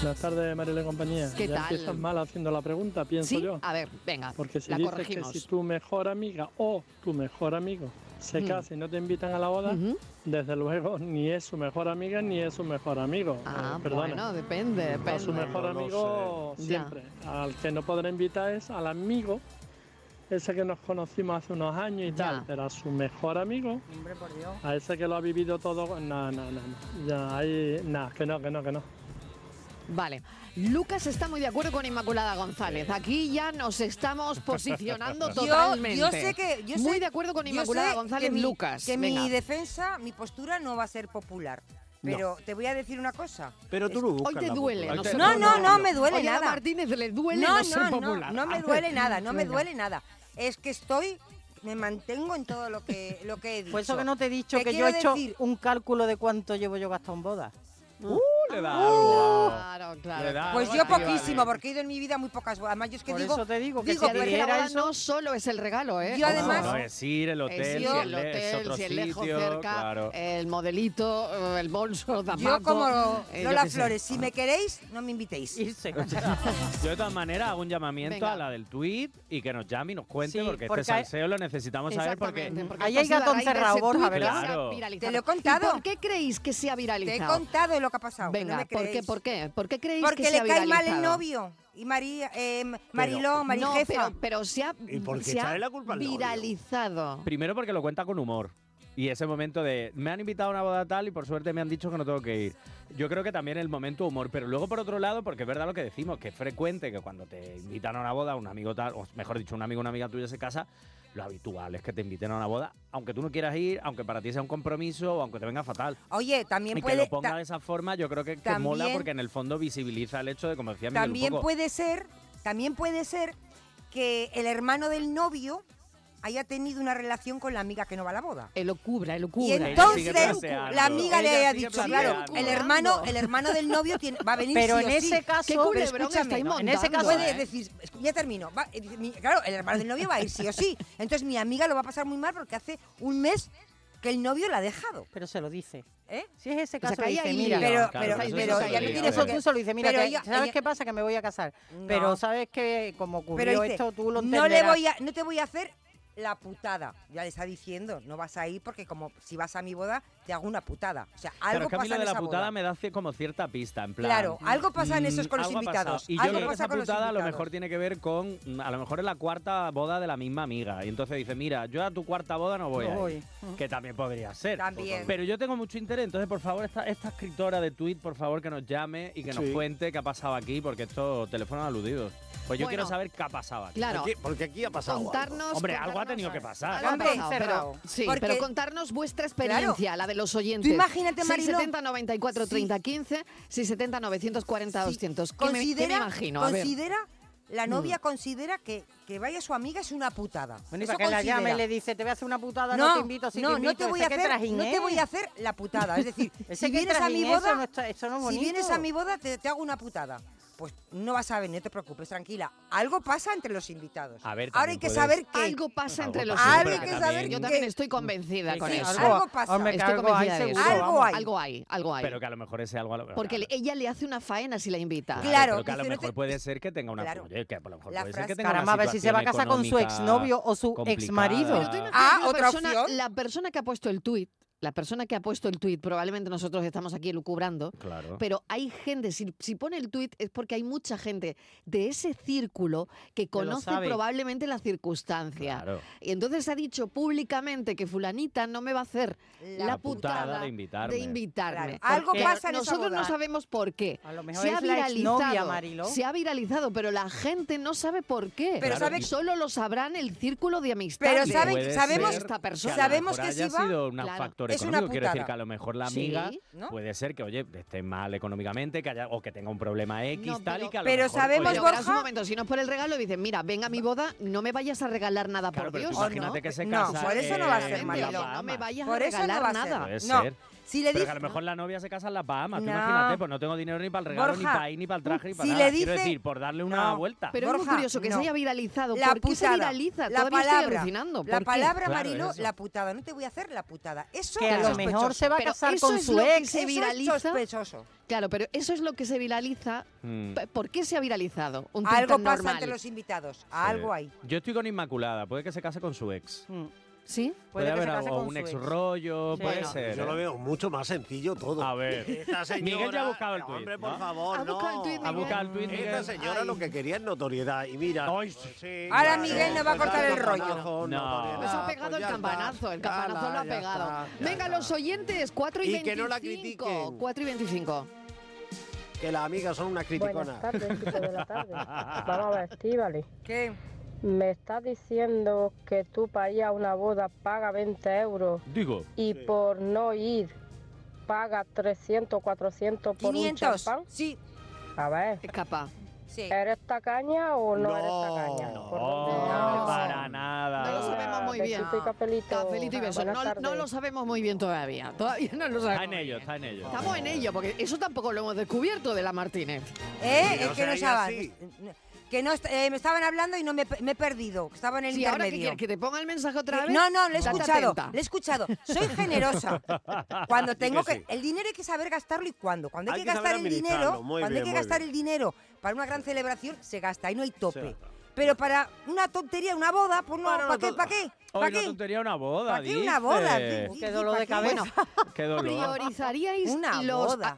Speaker 7: Buenas tardes, María y compañía.
Speaker 1: ¿Qué
Speaker 7: ya
Speaker 1: tal?
Speaker 7: empiezas mal haciendo la pregunta, pienso
Speaker 1: Sí,
Speaker 7: yo.
Speaker 1: a ver, venga,
Speaker 7: Porque si
Speaker 1: la
Speaker 7: dices
Speaker 1: corregimos.
Speaker 7: que si tu mejor amiga o tu mejor amigo se
Speaker 1: Mm.
Speaker 7: casa y no te invitan a la boda,
Speaker 1: Ujú.
Speaker 7: desde luego ni es su mejor amiga ni es su mejor amigo.
Speaker 1: Ah,
Speaker 7: Eh, perdona.
Speaker 1: bueno, depende,
Speaker 7: A su
Speaker 1: depende.
Speaker 7: mejor
Speaker 3: No lo
Speaker 7: amigo
Speaker 1: sé.
Speaker 7: siempre. Al que no podrá invitar es al amigo, ese que nos conocimos hace unos años y
Speaker 1: Ya.
Speaker 7: tal, pero a su mejor amigo,
Speaker 5: Hombre, por Dios.
Speaker 7: a ese que lo ha vivido todo. No, no, no, no. Ya, ahí, no, que no, que no, que no.
Speaker 1: Vale. Lucas está muy de acuerdo con Inmaculada González. Aquí ya nos estamos posicionando
Speaker 4: Yo-
Speaker 1: totalmente.
Speaker 4: Yo, sé que. Yo
Speaker 1: muy
Speaker 4: sé-
Speaker 1: de acuerdo con
Speaker 4: yo
Speaker 1: Inmaculada
Speaker 4: sé que
Speaker 1: González
Speaker 4: mi-
Speaker 1: Lucas.
Speaker 4: Que
Speaker 1: Venga.
Speaker 4: mi defensa, mi postura no va a ser popular. Pero te voy a decir una cosa.
Speaker 3: Pero tú no buscas
Speaker 1: Hoy te
Speaker 3: la
Speaker 1: duele.
Speaker 3: popularidad.
Speaker 1: sé
Speaker 4: No,
Speaker 1: por
Speaker 4: no,
Speaker 1: qué.
Speaker 4: no me duele
Speaker 1: Oye, a
Speaker 4: nada.
Speaker 1: Martínez le duele
Speaker 4: no,
Speaker 1: no,
Speaker 4: no,
Speaker 1: ser
Speaker 4: no,
Speaker 1: popular.
Speaker 4: no me duele nada, no me duele nada. Es que estoy, me mantengo en todo lo que, lo que he dicho.
Speaker 5: Pues eso que no te he dicho,
Speaker 4: Te
Speaker 5: que yo
Speaker 4: quiero
Speaker 5: he hecho
Speaker 4: decir-
Speaker 5: un cálculo de cuánto llevo yo gastado en bodas.
Speaker 2: Uh, le da algo.
Speaker 1: Claro, claro.
Speaker 2: Le da
Speaker 1: claro.
Speaker 4: Pues
Speaker 2: Ah,
Speaker 4: yo
Speaker 2: ahí vale.
Speaker 4: poquísimo, porque he ido en mi vida muy pocas bodas. Además, yo es que
Speaker 5: Por
Speaker 4: digo,
Speaker 5: eso te digo que
Speaker 4: digo
Speaker 5: si
Speaker 1: Pero es que la
Speaker 5: adquiriera
Speaker 1: boda
Speaker 5: eso-
Speaker 1: no solo es el regalo, ¿eh?
Speaker 4: Yo además-
Speaker 2: No, es ir, el hotel,
Speaker 1: Es
Speaker 2: si
Speaker 1: ir,
Speaker 2: es
Speaker 1: el
Speaker 2: le- es
Speaker 1: hotel,
Speaker 2: otro
Speaker 1: si es
Speaker 2: sitio,
Speaker 1: lejos, cerca,
Speaker 2: claro.
Speaker 1: el modelito, eh, el bolso, el
Speaker 4: yo
Speaker 1: zapato,
Speaker 4: como
Speaker 1: eh, yo
Speaker 4: Lola
Speaker 1: qué sé.
Speaker 4: Flores, si me queréis, no me invitéis.
Speaker 5: Irse.
Speaker 2: Yo de todas maneras hago un llamamiento
Speaker 1: Venga.
Speaker 2: a la del tweet y que nos llame y nos cuente
Speaker 5: Sí,
Speaker 2: porque,
Speaker 5: porque hay-
Speaker 2: este salseo lo necesitamos saber porque
Speaker 1: Exactamente, porque
Speaker 5: Ahí
Speaker 1: esto
Speaker 5: hay
Speaker 1: ha sido a
Speaker 5: gato
Speaker 1: raíz de ese
Speaker 5: encerrado, Borja,
Speaker 1: tuit que
Speaker 2: ¿verdad?
Speaker 1: se ha
Speaker 2: Claro.
Speaker 1: viralizado.
Speaker 4: Te lo he
Speaker 1: ¿Y
Speaker 4: contado.
Speaker 1: ¿Por qué creéis que se ha
Speaker 4: Te he
Speaker 1: viralizado?
Speaker 4: contado lo que ha pasado. que no
Speaker 1: Venga,
Speaker 4: me
Speaker 1: ¿por qué?
Speaker 4: creéis.
Speaker 1: ¿Por qué? ¿Por qué creéis
Speaker 4: Porque
Speaker 1: que se
Speaker 4: le
Speaker 1: ha
Speaker 4: cae mal el
Speaker 1: viralizado?
Speaker 4: novio. Y María, eh, Mariló,
Speaker 1: No,
Speaker 4: Marijefa.
Speaker 1: pero, pero se ha,
Speaker 3: ¿Y por qué
Speaker 1: se ha
Speaker 3: echarle la culpa al novio?
Speaker 1: viralizado.
Speaker 2: primero porque lo cuenta con humor y ese momento de me han invitado a una boda tal y por suerte me han dicho que no tengo que ir. Yo creo que también el momento humor, pero luego por otro lado, porque es verdad lo que decimos, que es frecuente que cuando te invitan a una boda, un amigo tal, o mejor dicho, un amigo o una amiga tuya se casa, lo habitual es que te inviten a una boda, aunque tú no quieras ir, aunque para ti sea un compromiso o aunque te venga fatal.
Speaker 4: Oye, también
Speaker 2: Y que
Speaker 4: puede.
Speaker 2: lo ponga
Speaker 4: ta-
Speaker 2: de esa forma, yo creo que, que
Speaker 4: también-
Speaker 2: mola porque en el fondo visibiliza el hecho de, como decía Miguel, un
Speaker 4: También
Speaker 2: poco,
Speaker 4: puede ser, también puede ser que el hermano del novio haya tenido una relación con la amiga que no va a la boda.
Speaker 5: Eh,
Speaker 1: Elucubra,
Speaker 4: Y
Speaker 1: elucubra.
Speaker 2: sigue
Speaker 4: entonces
Speaker 2: planteando.
Speaker 4: la amiga le
Speaker 2: Ella
Speaker 4: haya
Speaker 2: sigue
Speaker 4: dicho, claro,
Speaker 2: planteando.
Speaker 4: el hermano, el hermano del novio tiene- va a venir
Speaker 5: Pero
Speaker 4: sí
Speaker 5: en
Speaker 4: o sí.
Speaker 5: ese
Speaker 1: ¿Qué
Speaker 5: caso,
Speaker 1: culebrón
Speaker 5: escúchame,
Speaker 1: estáis
Speaker 5: en ese
Speaker 1: montando,
Speaker 5: caso,
Speaker 1: eh?
Speaker 4: Puede decir, es- ya termino. va, eh, dice, mi- claro, el hermano del novio va a ir sí o sí. Entonces mi amiga lo va a pasar muy mal porque hace un mes que el novio la ha dejado.
Speaker 5: pero se lo dice.
Speaker 4: ¿eh?
Speaker 5: Si es ese
Speaker 1: sea,
Speaker 5: caso,
Speaker 1: que ahí
Speaker 5: dice,
Speaker 1: hay
Speaker 5: mira,
Speaker 1: lío.
Speaker 4: Pero,
Speaker 2: claro,
Speaker 4: pero,
Speaker 2: eso sí
Speaker 4: pero
Speaker 2: se lo
Speaker 4: ya no
Speaker 2: dice,
Speaker 4: tiene
Speaker 2: eso
Speaker 4: por
Speaker 2: tú
Speaker 4: qué.
Speaker 5: se lo dice, mira,
Speaker 4: pero
Speaker 5: que-
Speaker 4: ella-
Speaker 5: ¿sabes
Speaker 4: ella-
Speaker 5: qué pasa? Que me voy a casar.
Speaker 4: No.
Speaker 5: Pero sabes que como ocurrió
Speaker 4: Pero dice,
Speaker 5: esto, tú lo
Speaker 4: no, le
Speaker 5: entenderás.
Speaker 4: voy a, no te voy a hacer la putada. Ya le está diciendo, no vas a ir porque como si vas a mi boda, te hago una putada. O sea,
Speaker 2: Pero
Speaker 4: algo
Speaker 2: es que a mí
Speaker 4: pasa
Speaker 2: lo
Speaker 4: en
Speaker 2: de la
Speaker 4: esa
Speaker 2: putada
Speaker 4: boda.
Speaker 2: me da cie- como cierta pista, en plan.
Speaker 4: Claro, algo pasa en
Speaker 2: mm,
Speaker 4: esos con los
Speaker 2: algo ha
Speaker 4: invitados,
Speaker 2: pasado. Y
Speaker 4: algo
Speaker 2: yo creo que
Speaker 4: pasa
Speaker 2: esa
Speaker 4: con los
Speaker 2: putada a lo
Speaker 4: invitados.
Speaker 2: mejor tiene que ver con, mm, a lo mejor es la cuarta boda de la misma amiga. Y entonces dice, mira, yo a tu cuarta boda no voy
Speaker 5: No
Speaker 2: a ir.
Speaker 5: voy. Ujú.
Speaker 2: Que también podría ser.
Speaker 4: También.
Speaker 2: Pero yo tengo mucho interés, entonces por favor, esta, esta escritora de tweet, por favor, que nos llame y que nos
Speaker 3: Sí.
Speaker 2: cuente qué ha pasado aquí, porque estos teléfonos aludidos. Pues yo
Speaker 1: Bueno.
Speaker 2: quiero saber qué ha pasado aquí.
Speaker 1: Claro,
Speaker 3: Aquí- porque aquí ha pasado algo.
Speaker 1: contarnos...
Speaker 2: Hombre, algo ha
Speaker 1: contarnos-
Speaker 2: tenido que pasar.
Speaker 1: Algo ha
Speaker 4: Hombre,
Speaker 1: pasado, pero,
Speaker 5: cerrado.
Speaker 1: sí,
Speaker 4: Porque-
Speaker 1: pero contarnos vuestra experiencia, la de los oyentes.
Speaker 4: Tú imagínate, Mariló.
Speaker 1: 670 94 30 15, 670 940
Speaker 4: Sí.
Speaker 1: 200. ¿Qué me- qué me,
Speaker 4: Considera,
Speaker 1: imagino? A ver.
Speaker 4: considera
Speaker 5: Mm.
Speaker 4: la novia considera que, que vaya su amiga es una putada.
Speaker 5: Bueno, y
Speaker 4: Eso
Speaker 5: para que la
Speaker 4: considera.
Speaker 5: llame y le dice, te voy a hacer una putada, no,
Speaker 4: no,
Speaker 5: te invito, si
Speaker 4: no,
Speaker 5: te
Speaker 4: no
Speaker 5: invito.
Speaker 4: te voy a
Speaker 5: ese que
Speaker 4: hacer,
Speaker 5: trajín
Speaker 4: no te
Speaker 5: es.
Speaker 4: voy a hacer la putada. Es decir,
Speaker 5: Ese
Speaker 4: si
Speaker 5: que
Speaker 4: vienes a mi
Speaker 5: trajín es, eso
Speaker 4: boda,
Speaker 5: no está- eso no es
Speaker 4: si vienes
Speaker 5: bonito.
Speaker 4: a mi boda te, te hago una putada. Pues no vas a venir, no te preocupes, tranquila. Algo pasa entre los invitados.
Speaker 2: A ver,
Speaker 4: Ahora hay
Speaker 2: también
Speaker 4: que
Speaker 2: puedes-
Speaker 4: saber que
Speaker 1: Algo pasa
Speaker 2: Algo
Speaker 1: entre los
Speaker 2: pasa,
Speaker 1: hombres.
Speaker 2: Algo hay que saber
Speaker 1: Yo
Speaker 2: que-
Speaker 1: también estoy convencida
Speaker 5: Sí,
Speaker 1: con
Speaker 5: sí,
Speaker 1: eso.
Speaker 4: algo- pasa.
Speaker 5: Hombre, que
Speaker 1: Estoy
Speaker 5: algo hay
Speaker 1: convencida de eso.
Speaker 5: seguro,
Speaker 4: Algo
Speaker 5: vamos.
Speaker 4: hay.
Speaker 1: Algo hay, algo hay.
Speaker 2: Pero que a lo mejor ese algo... a lo-
Speaker 1: Porque
Speaker 2: claro.
Speaker 1: le- ella le hace una faena si la invita.
Speaker 4: Claro,
Speaker 2: Pero que a lo
Speaker 4: dice, no
Speaker 2: mejor
Speaker 4: te-
Speaker 2: puede ser que tenga una.
Speaker 4: Claro.
Speaker 2: oye, que a lo mejor
Speaker 4: La
Speaker 2: puede ser
Speaker 4: frase-
Speaker 2: que tenga
Speaker 5: Caramba,
Speaker 2: una
Speaker 5: a ver si se va a casar con su
Speaker 2: situación económica
Speaker 5: exnovio o su
Speaker 2: complicada.
Speaker 5: exmarido.
Speaker 1: Pero tú imagínate
Speaker 4: Ah,
Speaker 1: la
Speaker 4: otra
Speaker 1: persona,
Speaker 4: opción.
Speaker 1: La persona que ha puesto el tuit la persona que ha puesto el tuit, probablemente nosotros estamos aquí lucubrando,
Speaker 2: Claro.
Speaker 1: pero hay gente, si, si pone el tuit es porque hay mucha gente de ese círculo que conoce
Speaker 5: sabe.
Speaker 1: probablemente la circunstancia.
Speaker 2: Claro.
Speaker 1: Y entonces ha dicho públicamente que fulanita no me va a hacer
Speaker 4: La
Speaker 1: la,
Speaker 2: putada
Speaker 1: putada,
Speaker 2: de invitarme.
Speaker 1: invitarme.
Speaker 4: Claro, algo
Speaker 1: Porque
Speaker 4: pasa en esa
Speaker 1: Nosotros
Speaker 4: boda.
Speaker 1: no sabemos por qué.
Speaker 5: A lo mejor es la exnovia, Mariló.
Speaker 1: se ha viralizado, pero la gente no sabe por qué.
Speaker 4: Pero Claro, sabe- y-
Speaker 1: solo lo sabrán el círculo de amistad.
Speaker 4: Pero
Speaker 1: de-
Speaker 4: sabe-
Speaker 1: de
Speaker 2: Puede
Speaker 4: sabemos-
Speaker 2: ser
Speaker 1: esta
Speaker 2: que a
Speaker 1: persona.
Speaker 2: lo
Speaker 4: sabemos
Speaker 2: mejor
Speaker 4: que
Speaker 2: haya
Speaker 4: si va,
Speaker 2: sido un
Speaker 1: claro,
Speaker 2: factor
Speaker 4: es una
Speaker 2: económico. Quiero decir
Speaker 4: putada.
Speaker 2: que a lo mejor la
Speaker 1: Sí,
Speaker 2: amiga
Speaker 4: ¿no?
Speaker 2: puede ser que, oye, esté mal económicamente, que haya, o que tenga un problema X,
Speaker 1: No,
Speaker 2: tal y
Speaker 1: pero-
Speaker 2: que a lo
Speaker 4: pero
Speaker 2: mejor,
Speaker 4: sabemos,
Speaker 2: oye,
Speaker 1: Pero
Speaker 4: Borja-
Speaker 1: verás un momento, si no es por el regalo, dices, mira, venga a mi boda, no me vayas a regalar nada,
Speaker 2: claro,
Speaker 1: por
Speaker 2: pero tú
Speaker 1: Dios.
Speaker 4: O no,
Speaker 2: imagínate que se
Speaker 4: no,
Speaker 2: casa.
Speaker 4: por eso no va a
Speaker 2: en
Speaker 4: ser
Speaker 1: Gente,
Speaker 2: las
Speaker 4: Mariló.
Speaker 1: no me
Speaker 2: Bahamas.
Speaker 1: vayas
Speaker 4: Por
Speaker 1: a
Speaker 4: eso no
Speaker 1: regalar
Speaker 4: va a ser.
Speaker 1: nada.
Speaker 2: Puede
Speaker 4: No.
Speaker 2: ser.
Speaker 4: Si le
Speaker 2: Pero que
Speaker 4: dices,
Speaker 2: a lo mejor la novia se casa en las Bahamas. Tú
Speaker 4: No.
Speaker 2: imagínate, pues no tengo dinero ni para el regalo, ni
Speaker 4: Borja,
Speaker 2: para ir, ni para el traje, ni para
Speaker 4: si
Speaker 2: nada.
Speaker 4: le
Speaker 2: Quiero
Speaker 4: dice-
Speaker 2: decir, por darle una
Speaker 4: No.
Speaker 2: vuelta.
Speaker 1: Pero es muy
Speaker 4: Borja,
Speaker 1: curioso que
Speaker 4: no.
Speaker 1: se haya viralizado.
Speaker 4: la
Speaker 1: ¿Por qué se
Speaker 4: putada,
Speaker 1: viraliza?
Speaker 4: la
Speaker 1: Todavía
Speaker 4: palabra,
Speaker 1: estoy alucinando.
Speaker 4: la
Speaker 1: ¿Por qué?
Speaker 4: palabra,
Speaker 2: Claro,
Speaker 4: Marilo,
Speaker 2: es eso.
Speaker 4: la putada. No te voy a hacer la putada. Eso
Speaker 5: Que a
Speaker 4: es
Speaker 5: lo mejor
Speaker 4: sospechoso.
Speaker 5: se va a
Speaker 1: Pero
Speaker 5: casar
Speaker 1: eso
Speaker 5: con
Speaker 1: es
Speaker 5: su
Speaker 1: lo que
Speaker 5: ex.
Speaker 1: se
Speaker 4: Eso es
Speaker 1: viraliza.
Speaker 4: sospechoso.
Speaker 1: Claro, pero eso es lo que se viraliza.
Speaker 2: Mm.
Speaker 1: P- ¿Por qué se ha viralizado? Un tuit
Speaker 4: Algo
Speaker 1: tan
Speaker 4: pasa
Speaker 1: normal.
Speaker 4: entre los invitados. Algo
Speaker 2: Sí.
Speaker 4: hay.
Speaker 2: Yo estoy con Inmaculada, puede que se case con su ex.
Speaker 5: Mm,
Speaker 1: ¿Sí?
Speaker 4: Pues,
Speaker 2: Puede,
Speaker 5: que
Speaker 2: haber
Speaker 5: se case
Speaker 2: algo-
Speaker 5: con
Speaker 2: un
Speaker 5: su
Speaker 2: ex
Speaker 5: ex.
Speaker 2: rollo,
Speaker 5: Sí.
Speaker 2: puede
Speaker 5: Bueno,
Speaker 2: ser.
Speaker 3: Yo lo
Speaker 2: ¿eh?
Speaker 3: veo mucho más sencillo todo.
Speaker 2: A ver.
Speaker 3: Esta señora,
Speaker 2: Miguel ya ha buscado el
Speaker 3: no,
Speaker 2: tuit,
Speaker 3: Hombre,
Speaker 2: ¿no?
Speaker 3: por favor,
Speaker 1: Ha buscado el
Speaker 3: no.
Speaker 1: tuit,
Speaker 2: A
Speaker 1: Miguel.
Speaker 2: buscar el tuit,
Speaker 3: Esta
Speaker 2: Miguel.
Speaker 3: señora
Speaker 1: Ay.
Speaker 3: lo que quería es notoriedad. Y mira.
Speaker 2: Ay,
Speaker 3: sí,
Speaker 4: Ahora
Speaker 3: claro,
Speaker 4: Miguel nos va a
Speaker 3: pues
Speaker 4: cortar el
Speaker 3: tanto
Speaker 4: rollo.
Speaker 3: trabajo,
Speaker 2: No.
Speaker 3: notoriedad,
Speaker 1: Pues ha pegado
Speaker 3: pues
Speaker 1: el
Speaker 3: ya está.
Speaker 1: campanazo, el campanazo lo
Speaker 3: Ala,
Speaker 1: ha
Speaker 3: ya
Speaker 1: pegado.
Speaker 3: está, ya
Speaker 1: Venga,
Speaker 3: está.
Speaker 1: los oyentes, 4 y,
Speaker 3: Y que no la
Speaker 1: 25.
Speaker 3: critiquen.
Speaker 1: 4 y 25.
Speaker 3: Que las amigas son unas
Speaker 8: Buenas
Speaker 3: criticonas.
Speaker 8: tardes, chicos de la tarde. Vamos a ver, Estíbaliz.
Speaker 4: ¿Qué?
Speaker 8: Me estás diciendo que tú para ir a una boda paga 20 euros
Speaker 2: Digo,
Speaker 8: y
Speaker 3: Sí.
Speaker 8: por no ir paga 300, 400 por un
Speaker 4: 500.
Speaker 8: champán.
Speaker 4: Sí,
Speaker 8: A ver,
Speaker 1: Escapa.
Speaker 4: sí.
Speaker 8: ¿eres tacaña o no, eres
Speaker 3: No.
Speaker 4: Oh.
Speaker 8: tacaña? ¿Por dónde
Speaker 2: no,
Speaker 8: andas?
Speaker 2: para nada.
Speaker 1: No lo sabemos muy bien.
Speaker 8: Besito y cafelito.
Speaker 1: Cafelito y beso.
Speaker 8: Buenas
Speaker 1: No, no
Speaker 8: tardes.
Speaker 1: lo sabemos muy bien todavía. Todavía no lo sabemos.
Speaker 2: Está en
Speaker 1: muy
Speaker 2: ello,
Speaker 1: bien.
Speaker 2: está en ello.
Speaker 1: Estamos en ello, porque eso tampoco lo hemos descubierto de la Martínez.
Speaker 4: ¿Eh?
Speaker 3: Sí,
Speaker 4: es
Speaker 3: o
Speaker 4: que
Speaker 3: sea,
Speaker 4: no
Speaker 3: y
Speaker 4: saban.
Speaker 3: así.
Speaker 4: Que no, est- eh, me estaban hablando y no me, me he perdido. que Estaba en el
Speaker 1: Si ahora que
Speaker 4: intermedio.
Speaker 1: quieres que te ponga el mensaje otra
Speaker 4: Eh,
Speaker 1: vez.
Speaker 4: No, no, lo he
Speaker 1: estate
Speaker 4: escuchado,
Speaker 1: atenta.
Speaker 4: lo he escuchado. Soy generosa. Cuando
Speaker 3: Di
Speaker 4: tengo
Speaker 3: que
Speaker 4: que,
Speaker 3: sí.
Speaker 4: el dinero hay que saber gastarlo y cuándo. Cuando hay,
Speaker 3: Hay
Speaker 4: que
Speaker 3: que saber
Speaker 4: gastar el dinero,
Speaker 3: administrarlo, muy
Speaker 4: cuando hay
Speaker 3: bien,
Speaker 4: que
Speaker 3: muy
Speaker 4: gastar
Speaker 3: bien.
Speaker 4: el dinero para una gran celebración se gasta, ahí no hay tope.
Speaker 3: Se gasta.
Speaker 4: Pero para una tontería, una boda, pues no,
Speaker 3: Para una
Speaker 4: ¿para qué?
Speaker 3: tonta-
Speaker 4: ¿Para qué?
Speaker 2: Hoy
Speaker 4: ¿Para
Speaker 2: no
Speaker 4: qué?
Speaker 2: tontería una boda,
Speaker 4: ¿Para qué una boda?
Speaker 2: dice.
Speaker 4: Sí,
Speaker 5: Qué
Speaker 4: sí,
Speaker 5: dolor
Speaker 4: ¿para
Speaker 5: de
Speaker 4: qué?
Speaker 5: cabeza.
Speaker 1: Bueno,
Speaker 2: Qué dolor.
Speaker 1: priorizaríais
Speaker 4: Una
Speaker 1: los.
Speaker 4: boda.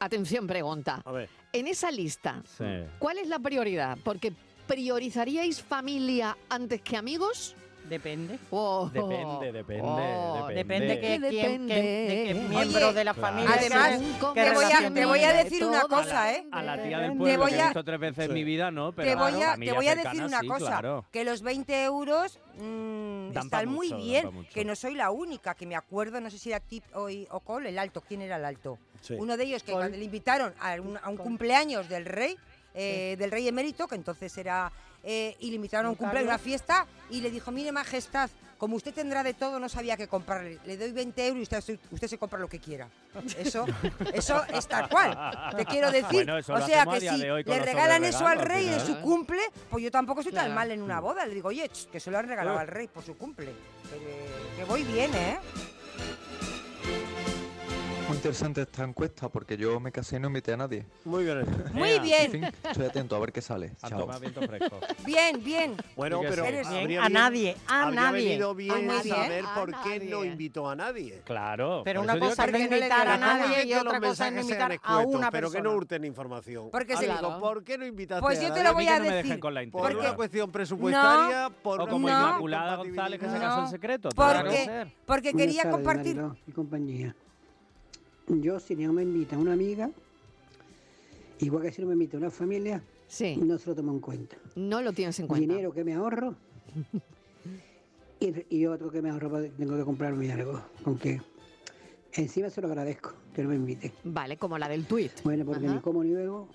Speaker 1: a- atención, pregunta.
Speaker 3: A ver.
Speaker 1: En esa lista,
Speaker 2: Sí.
Speaker 1: ¿cuál es la prioridad? Porque priorizaríais familia antes que amigos.
Speaker 5: Depende.
Speaker 1: Oh.
Speaker 2: Depende, depende,
Speaker 1: Oh.
Speaker 2: depende.
Speaker 5: Depende que,
Speaker 1: Que
Speaker 5: quién,
Speaker 1: depende.
Speaker 5: que, de qué
Speaker 1: Oye,
Speaker 5: miembro de la familia.
Speaker 4: además,
Speaker 5: según
Speaker 1: Según
Speaker 5: qué
Speaker 1: cómo
Speaker 4: te Ah, voy a-
Speaker 5: relación
Speaker 4: te voy a
Speaker 5: tenga.
Speaker 1: termine
Speaker 4: decir una
Speaker 1: todo.
Speaker 4: cosa, ¿eh?
Speaker 2: A la tía del
Speaker 1: Depende.
Speaker 2: pueblo
Speaker 4: voy
Speaker 2: que he
Speaker 4: a-
Speaker 2: visto tres veces en mi vida, no, pero
Speaker 4: te voy,
Speaker 2: claro,
Speaker 4: a, te
Speaker 2: familia
Speaker 4: voy a
Speaker 2: cercana
Speaker 4: decir una
Speaker 2: sí,
Speaker 4: cosa,
Speaker 2: claro.
Speaker 4: que los 20 euros mm,
Speaker 2: Dan pa
Speaker 4: están muy
Speaker 2: mucho, dan
Speaker 4: bien,
Speaker 2: pa mucho.
Speaker 4: que no soy la única, que me acuerdo, no sé si era Tip o, o Cole, el alto, ¿quién era el alto?
Speaker 3: Sí.
Speaker 4: Uno de ellos que cuando le invitaron a un, a un cumpleaños del rey, eh, del rey emérito, que entonces era... eh, y le invitaron a un
Speaker 5: Don
Speaker 4: cumpleaños, una
Speaker 5: Carlos.
Speaker 4: fiesta, y le dijo, mire majestad, como usted tendrá de todo, no sabía qué comprarle. Le doy 20 euros y usted, se- usted se compra lo que quiera. Eso, eso es tal cual. Te quiero decir.
Speaker 2: Bueno, eso
Speaker 4: o
Speaker 2: lo
Speaker 4: sea
Speaker 2: hacemos a
Speaker 4: que
Speaker 2: día
Speaker 4: si
Speaker 2: de hoy con
Speaker 4: le
Speaker 2: los
Speaker 4: regalan eso al
Speaker 2: sobreregalos, Ah.
Speaker 4: rey
Speaker 2: al
Speaker 4: en su
Speaker 1: final.
Speaker 4: cumple, pues yo tampoco estoy
Speaker 1: Claro.
Speaker 4: tan mal en una boda. Le digo, oye, ch, que se lo han regalado
Speaker 2: Eh.
Speaker 4: al rey por su cumple. Que, que voy bien, ¿eh?
Speaker 9: Muy interesante esta encuesta porque yo me casé y no invité a nadie.
Speaker 3: Muy bien. hecho.
Speaker 4: Muy
Speaker 2: Ea,
Speaker 9: En
Speaker 4: bien,
Speaker 9: fin, estoy atento a ver qué sale.
Speaker 2: A
Speaker 9: Chao.
Speaker 2: tomar viento fresco.
Speaker 4: bien, bien.
Speaker 3: Bueno,
Speaker 2: Sí que
Speaker 3: pero
Speaker 2: sí.
Speaker 4: Eres bien,
Speaker 3: habría
Speaker 5: a
Speaker 3: bien-
Speaker 5: nadie, a
Speaker 3: habría
Speaker 5: Ah, nadie.
Speaker 3: venido bien
Speaker 4: nadie,
Speaker 3: saber
Speaker 1: a
Speaker 3: por qué
Speaker 1: nadie.
Speaker 3: no invitó a nadie.
Speaker 2: Claro.
Speaker 5: Ah, Pero
Speaker 2: Oh, por
Speaker 5: una
Speaker 2: eso digo
Speaker 5: cosa
Speaker 2: que-
Speaker 5: es no
Speaker 4: porque no le
Speaker 5: invitar a
Speaker 4: regalan a
Speaker 5: nadie
Speaker 3: Ojalá
Speaker 5: y
Speaker 3: que
Speaker 5: otra
Speaker 3: los
Speaker 5: cosa es no
Speaker 3: mensajes sean
Speaker 5: invitar a
Speaker 3: escuetos,
Speaker 5: una
Speaker 3: pero que
Speaker 5: persona.
Speaker 3: no hurten información.
Speaker 4: Porque
Speaker 3: Ah,
Speaker 4: sí.
Speaker 3: digo,
Speaker 1: Claro.
Speaker 3: ¿por qué no invitaste
Speaker 4: Pues
Speaker 3: a
Speaker 4: yo te
Speaker 3: nadie?
Speaker 4: lo
Speaker 2: a mí
Speaker 4: voy
Speaker 2: que
Speaker 4: a
Speaker 2: no me
Speaker 4: decir.
Speaker 2: dejen con la
Speaker 3: Por
Speaker 2: intriga.
Speaker 3: una cuestión presupuestaria, pues, por
Speaker 2: O
Speaker 3: una
Speaker 4: No.
Speaker 2: como
Speaker 3: cuestión de
Speaker 2: Inmaculada González que se
Speaker 4: No.
Speaker 2: casó en secreto. tendrá que
Speaker 4: Porque,
Speaker 2: ser.
Speaker 4: porque
Speaker 10: Buenas
Speaker 4: quería
Speaker 10: tardes,
Speaker 4: compartir.
Speaker 10: Mariló y compañía. Yo, si no me invita una amiga, igual que si no me invita una familia,
Speaker 1: Sí,
Speaker 10: no se lo tomo en cuenta.
Speaker 1: no lo tienes en cuenta.
Speaker 10: Dinero que me ahorro y, y otro que me ahorro, porque tengo que comprarme algo. Con que encima se lo agradezco que no me invite.
Speaker 1: Vale, como la del tuit.
Speaker 10: Bueno, porque
Speaker 1: Ajá.
Speaker 10: ni como ni bebo.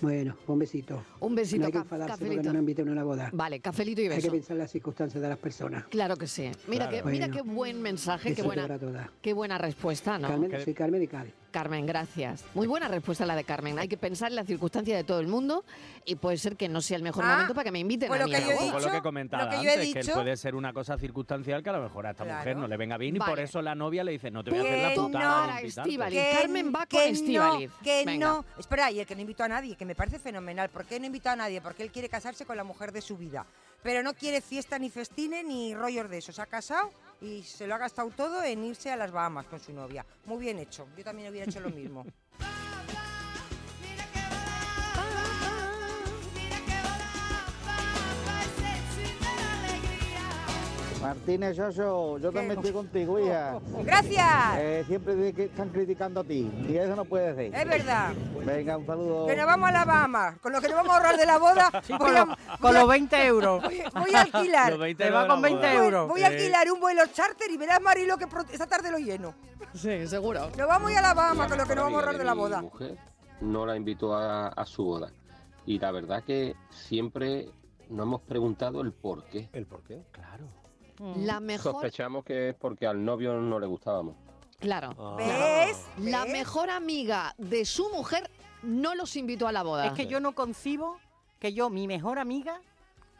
Speaker 10: Bueno, un besito.
Speaker 1: Un besito,
Speaker 10: no hay que
Speaker 1: ca-
Speaker 10: enfadarse porque
Speaker 1: cafelito.
Speaker 10: no nos inviten a una boda.
Speaker 1: Vale, cafelito y
Speaker 10: hay que
Speaker 1: beso.
Speaker 10: pensar las circunstancias de las personas.
Speaker 1: Claro que sí. Mira,
Speaker 2: Claro.
Speaker 1: que, mira
Speaker 10: Bueno.
Speaker 1: qué buen mensaje, qué
Speaker 10: Besito
Speaker 1: buena,
Speaker 10: para todas.
Speaker 1: qué buena respuesta, ¿no?
Speaker 10: Carmen,
Speaker 2: que-
Speaker 10: soy Carmen de Cádiz.
Speaker 1: Carmen, gracias. Muy buena respuesta la de Carmen. Hay que pensar en la circunstancia de todo el mundo y puede ser que no sea el mejor
Speaker 4: Ah,
Speaker 1: momento para que me inviten
Speaker 4: pues
Speaker 1: a
Speaker 4: lo
Speaker 1: mí.
Speaker 4: que
Speaker 1: a
Speaker 4: yo
Speaker 1: la
Speaker 4: he
Speaker 1: boda.
Speaker 2: Un poco
Speaker 4: dicho,
Speaker 2: lo que comentaba
Speaker 4: lo que yo he
Speaker 2: antes, que
Speaker 4: dicho-
Speaker 2: puede ser una cosa circunstancial que a lo mejor a esta
Speaker 4: Claro.
Speaker 2: mujer no le venga bien y por
Speaker 1: Vale.
Speaker 2: eso la novia le dice, no te voy a hacer
Speaker 4: Que
Speaker 2: la putada
Speaker 4: no.
Speaker 2: de invitarte".
Speaker 1: Estíbaliz.
Speaker 4: Que,
Speaker 1: Carmen va
Speaker 4: que
Speaker 1: con
Speaker 4: no,
Speaker 1: Estíbaliz.
Speaker 4: Que
Speaker 1: Venga.
Speaker 4: no. Espera, y el que no invitó a nadie, que me parece fenomenal. ¿Por qué no invitó a nadie? Porque él quiere casarse con la mujer de su vida. Pero no quiere fiesta ni festines ni rollos de eso. Se ha casado y se lo ha gastado todo en irse a las Bahamas con su novia. Muy bien hecho. Yo también hubiera hecho lo mismo.
Speaker 11: Martínez, Soso, yo también estoy contigo, hija.
Speaker 4: ¡Gracias!
Speaker 11: Eh, siempre dicen que están criticando a ti, y eso no puede ser.
Speaker 4: Es verdad.
Speaker 11: Venga, un saludo.
Speaker 4: Que nos vamos a la Bahamas. Con lo que nos vamos a ahorrar de la boda. voy a-
Speaker 5: con los 20 euros.
Speaker 4: Voy, voy a alquilar.
Speaker 5: Los 20 Te va euros con de la 20 boda.
Speaker 4: Voy-
Speaker 5: euros.
Speaker 4: Voy a
Speaker 5: Sí.
Speaker 4: alquilar un vuelo charter y verás, Marilo, que pro- esta tarde lo lleno.
Speaker 1: Sí, seguro.
Speaker 4: Nos vamos a ir a la Bahamas con lo que nos vamos a ahorrar de la boda.
Speaker 12: mujer no la invitó a, a su boda. Y la verdad que siempre nos hemos preguntado el por qué.
Speaker 3: ¿El por qué? Claro.
Speaker 1: Mm.
Speaker 2: Mm.
Speaker 1: La mejor,
Speaker 12: Sospechamos que es porque al novio no le gustábamos.
Speaker 1: claro. La mejor amiga de su mujer no los invitó a la boda.
Speaker 5: Es que yo no concibo que yo, mi mejor amiga,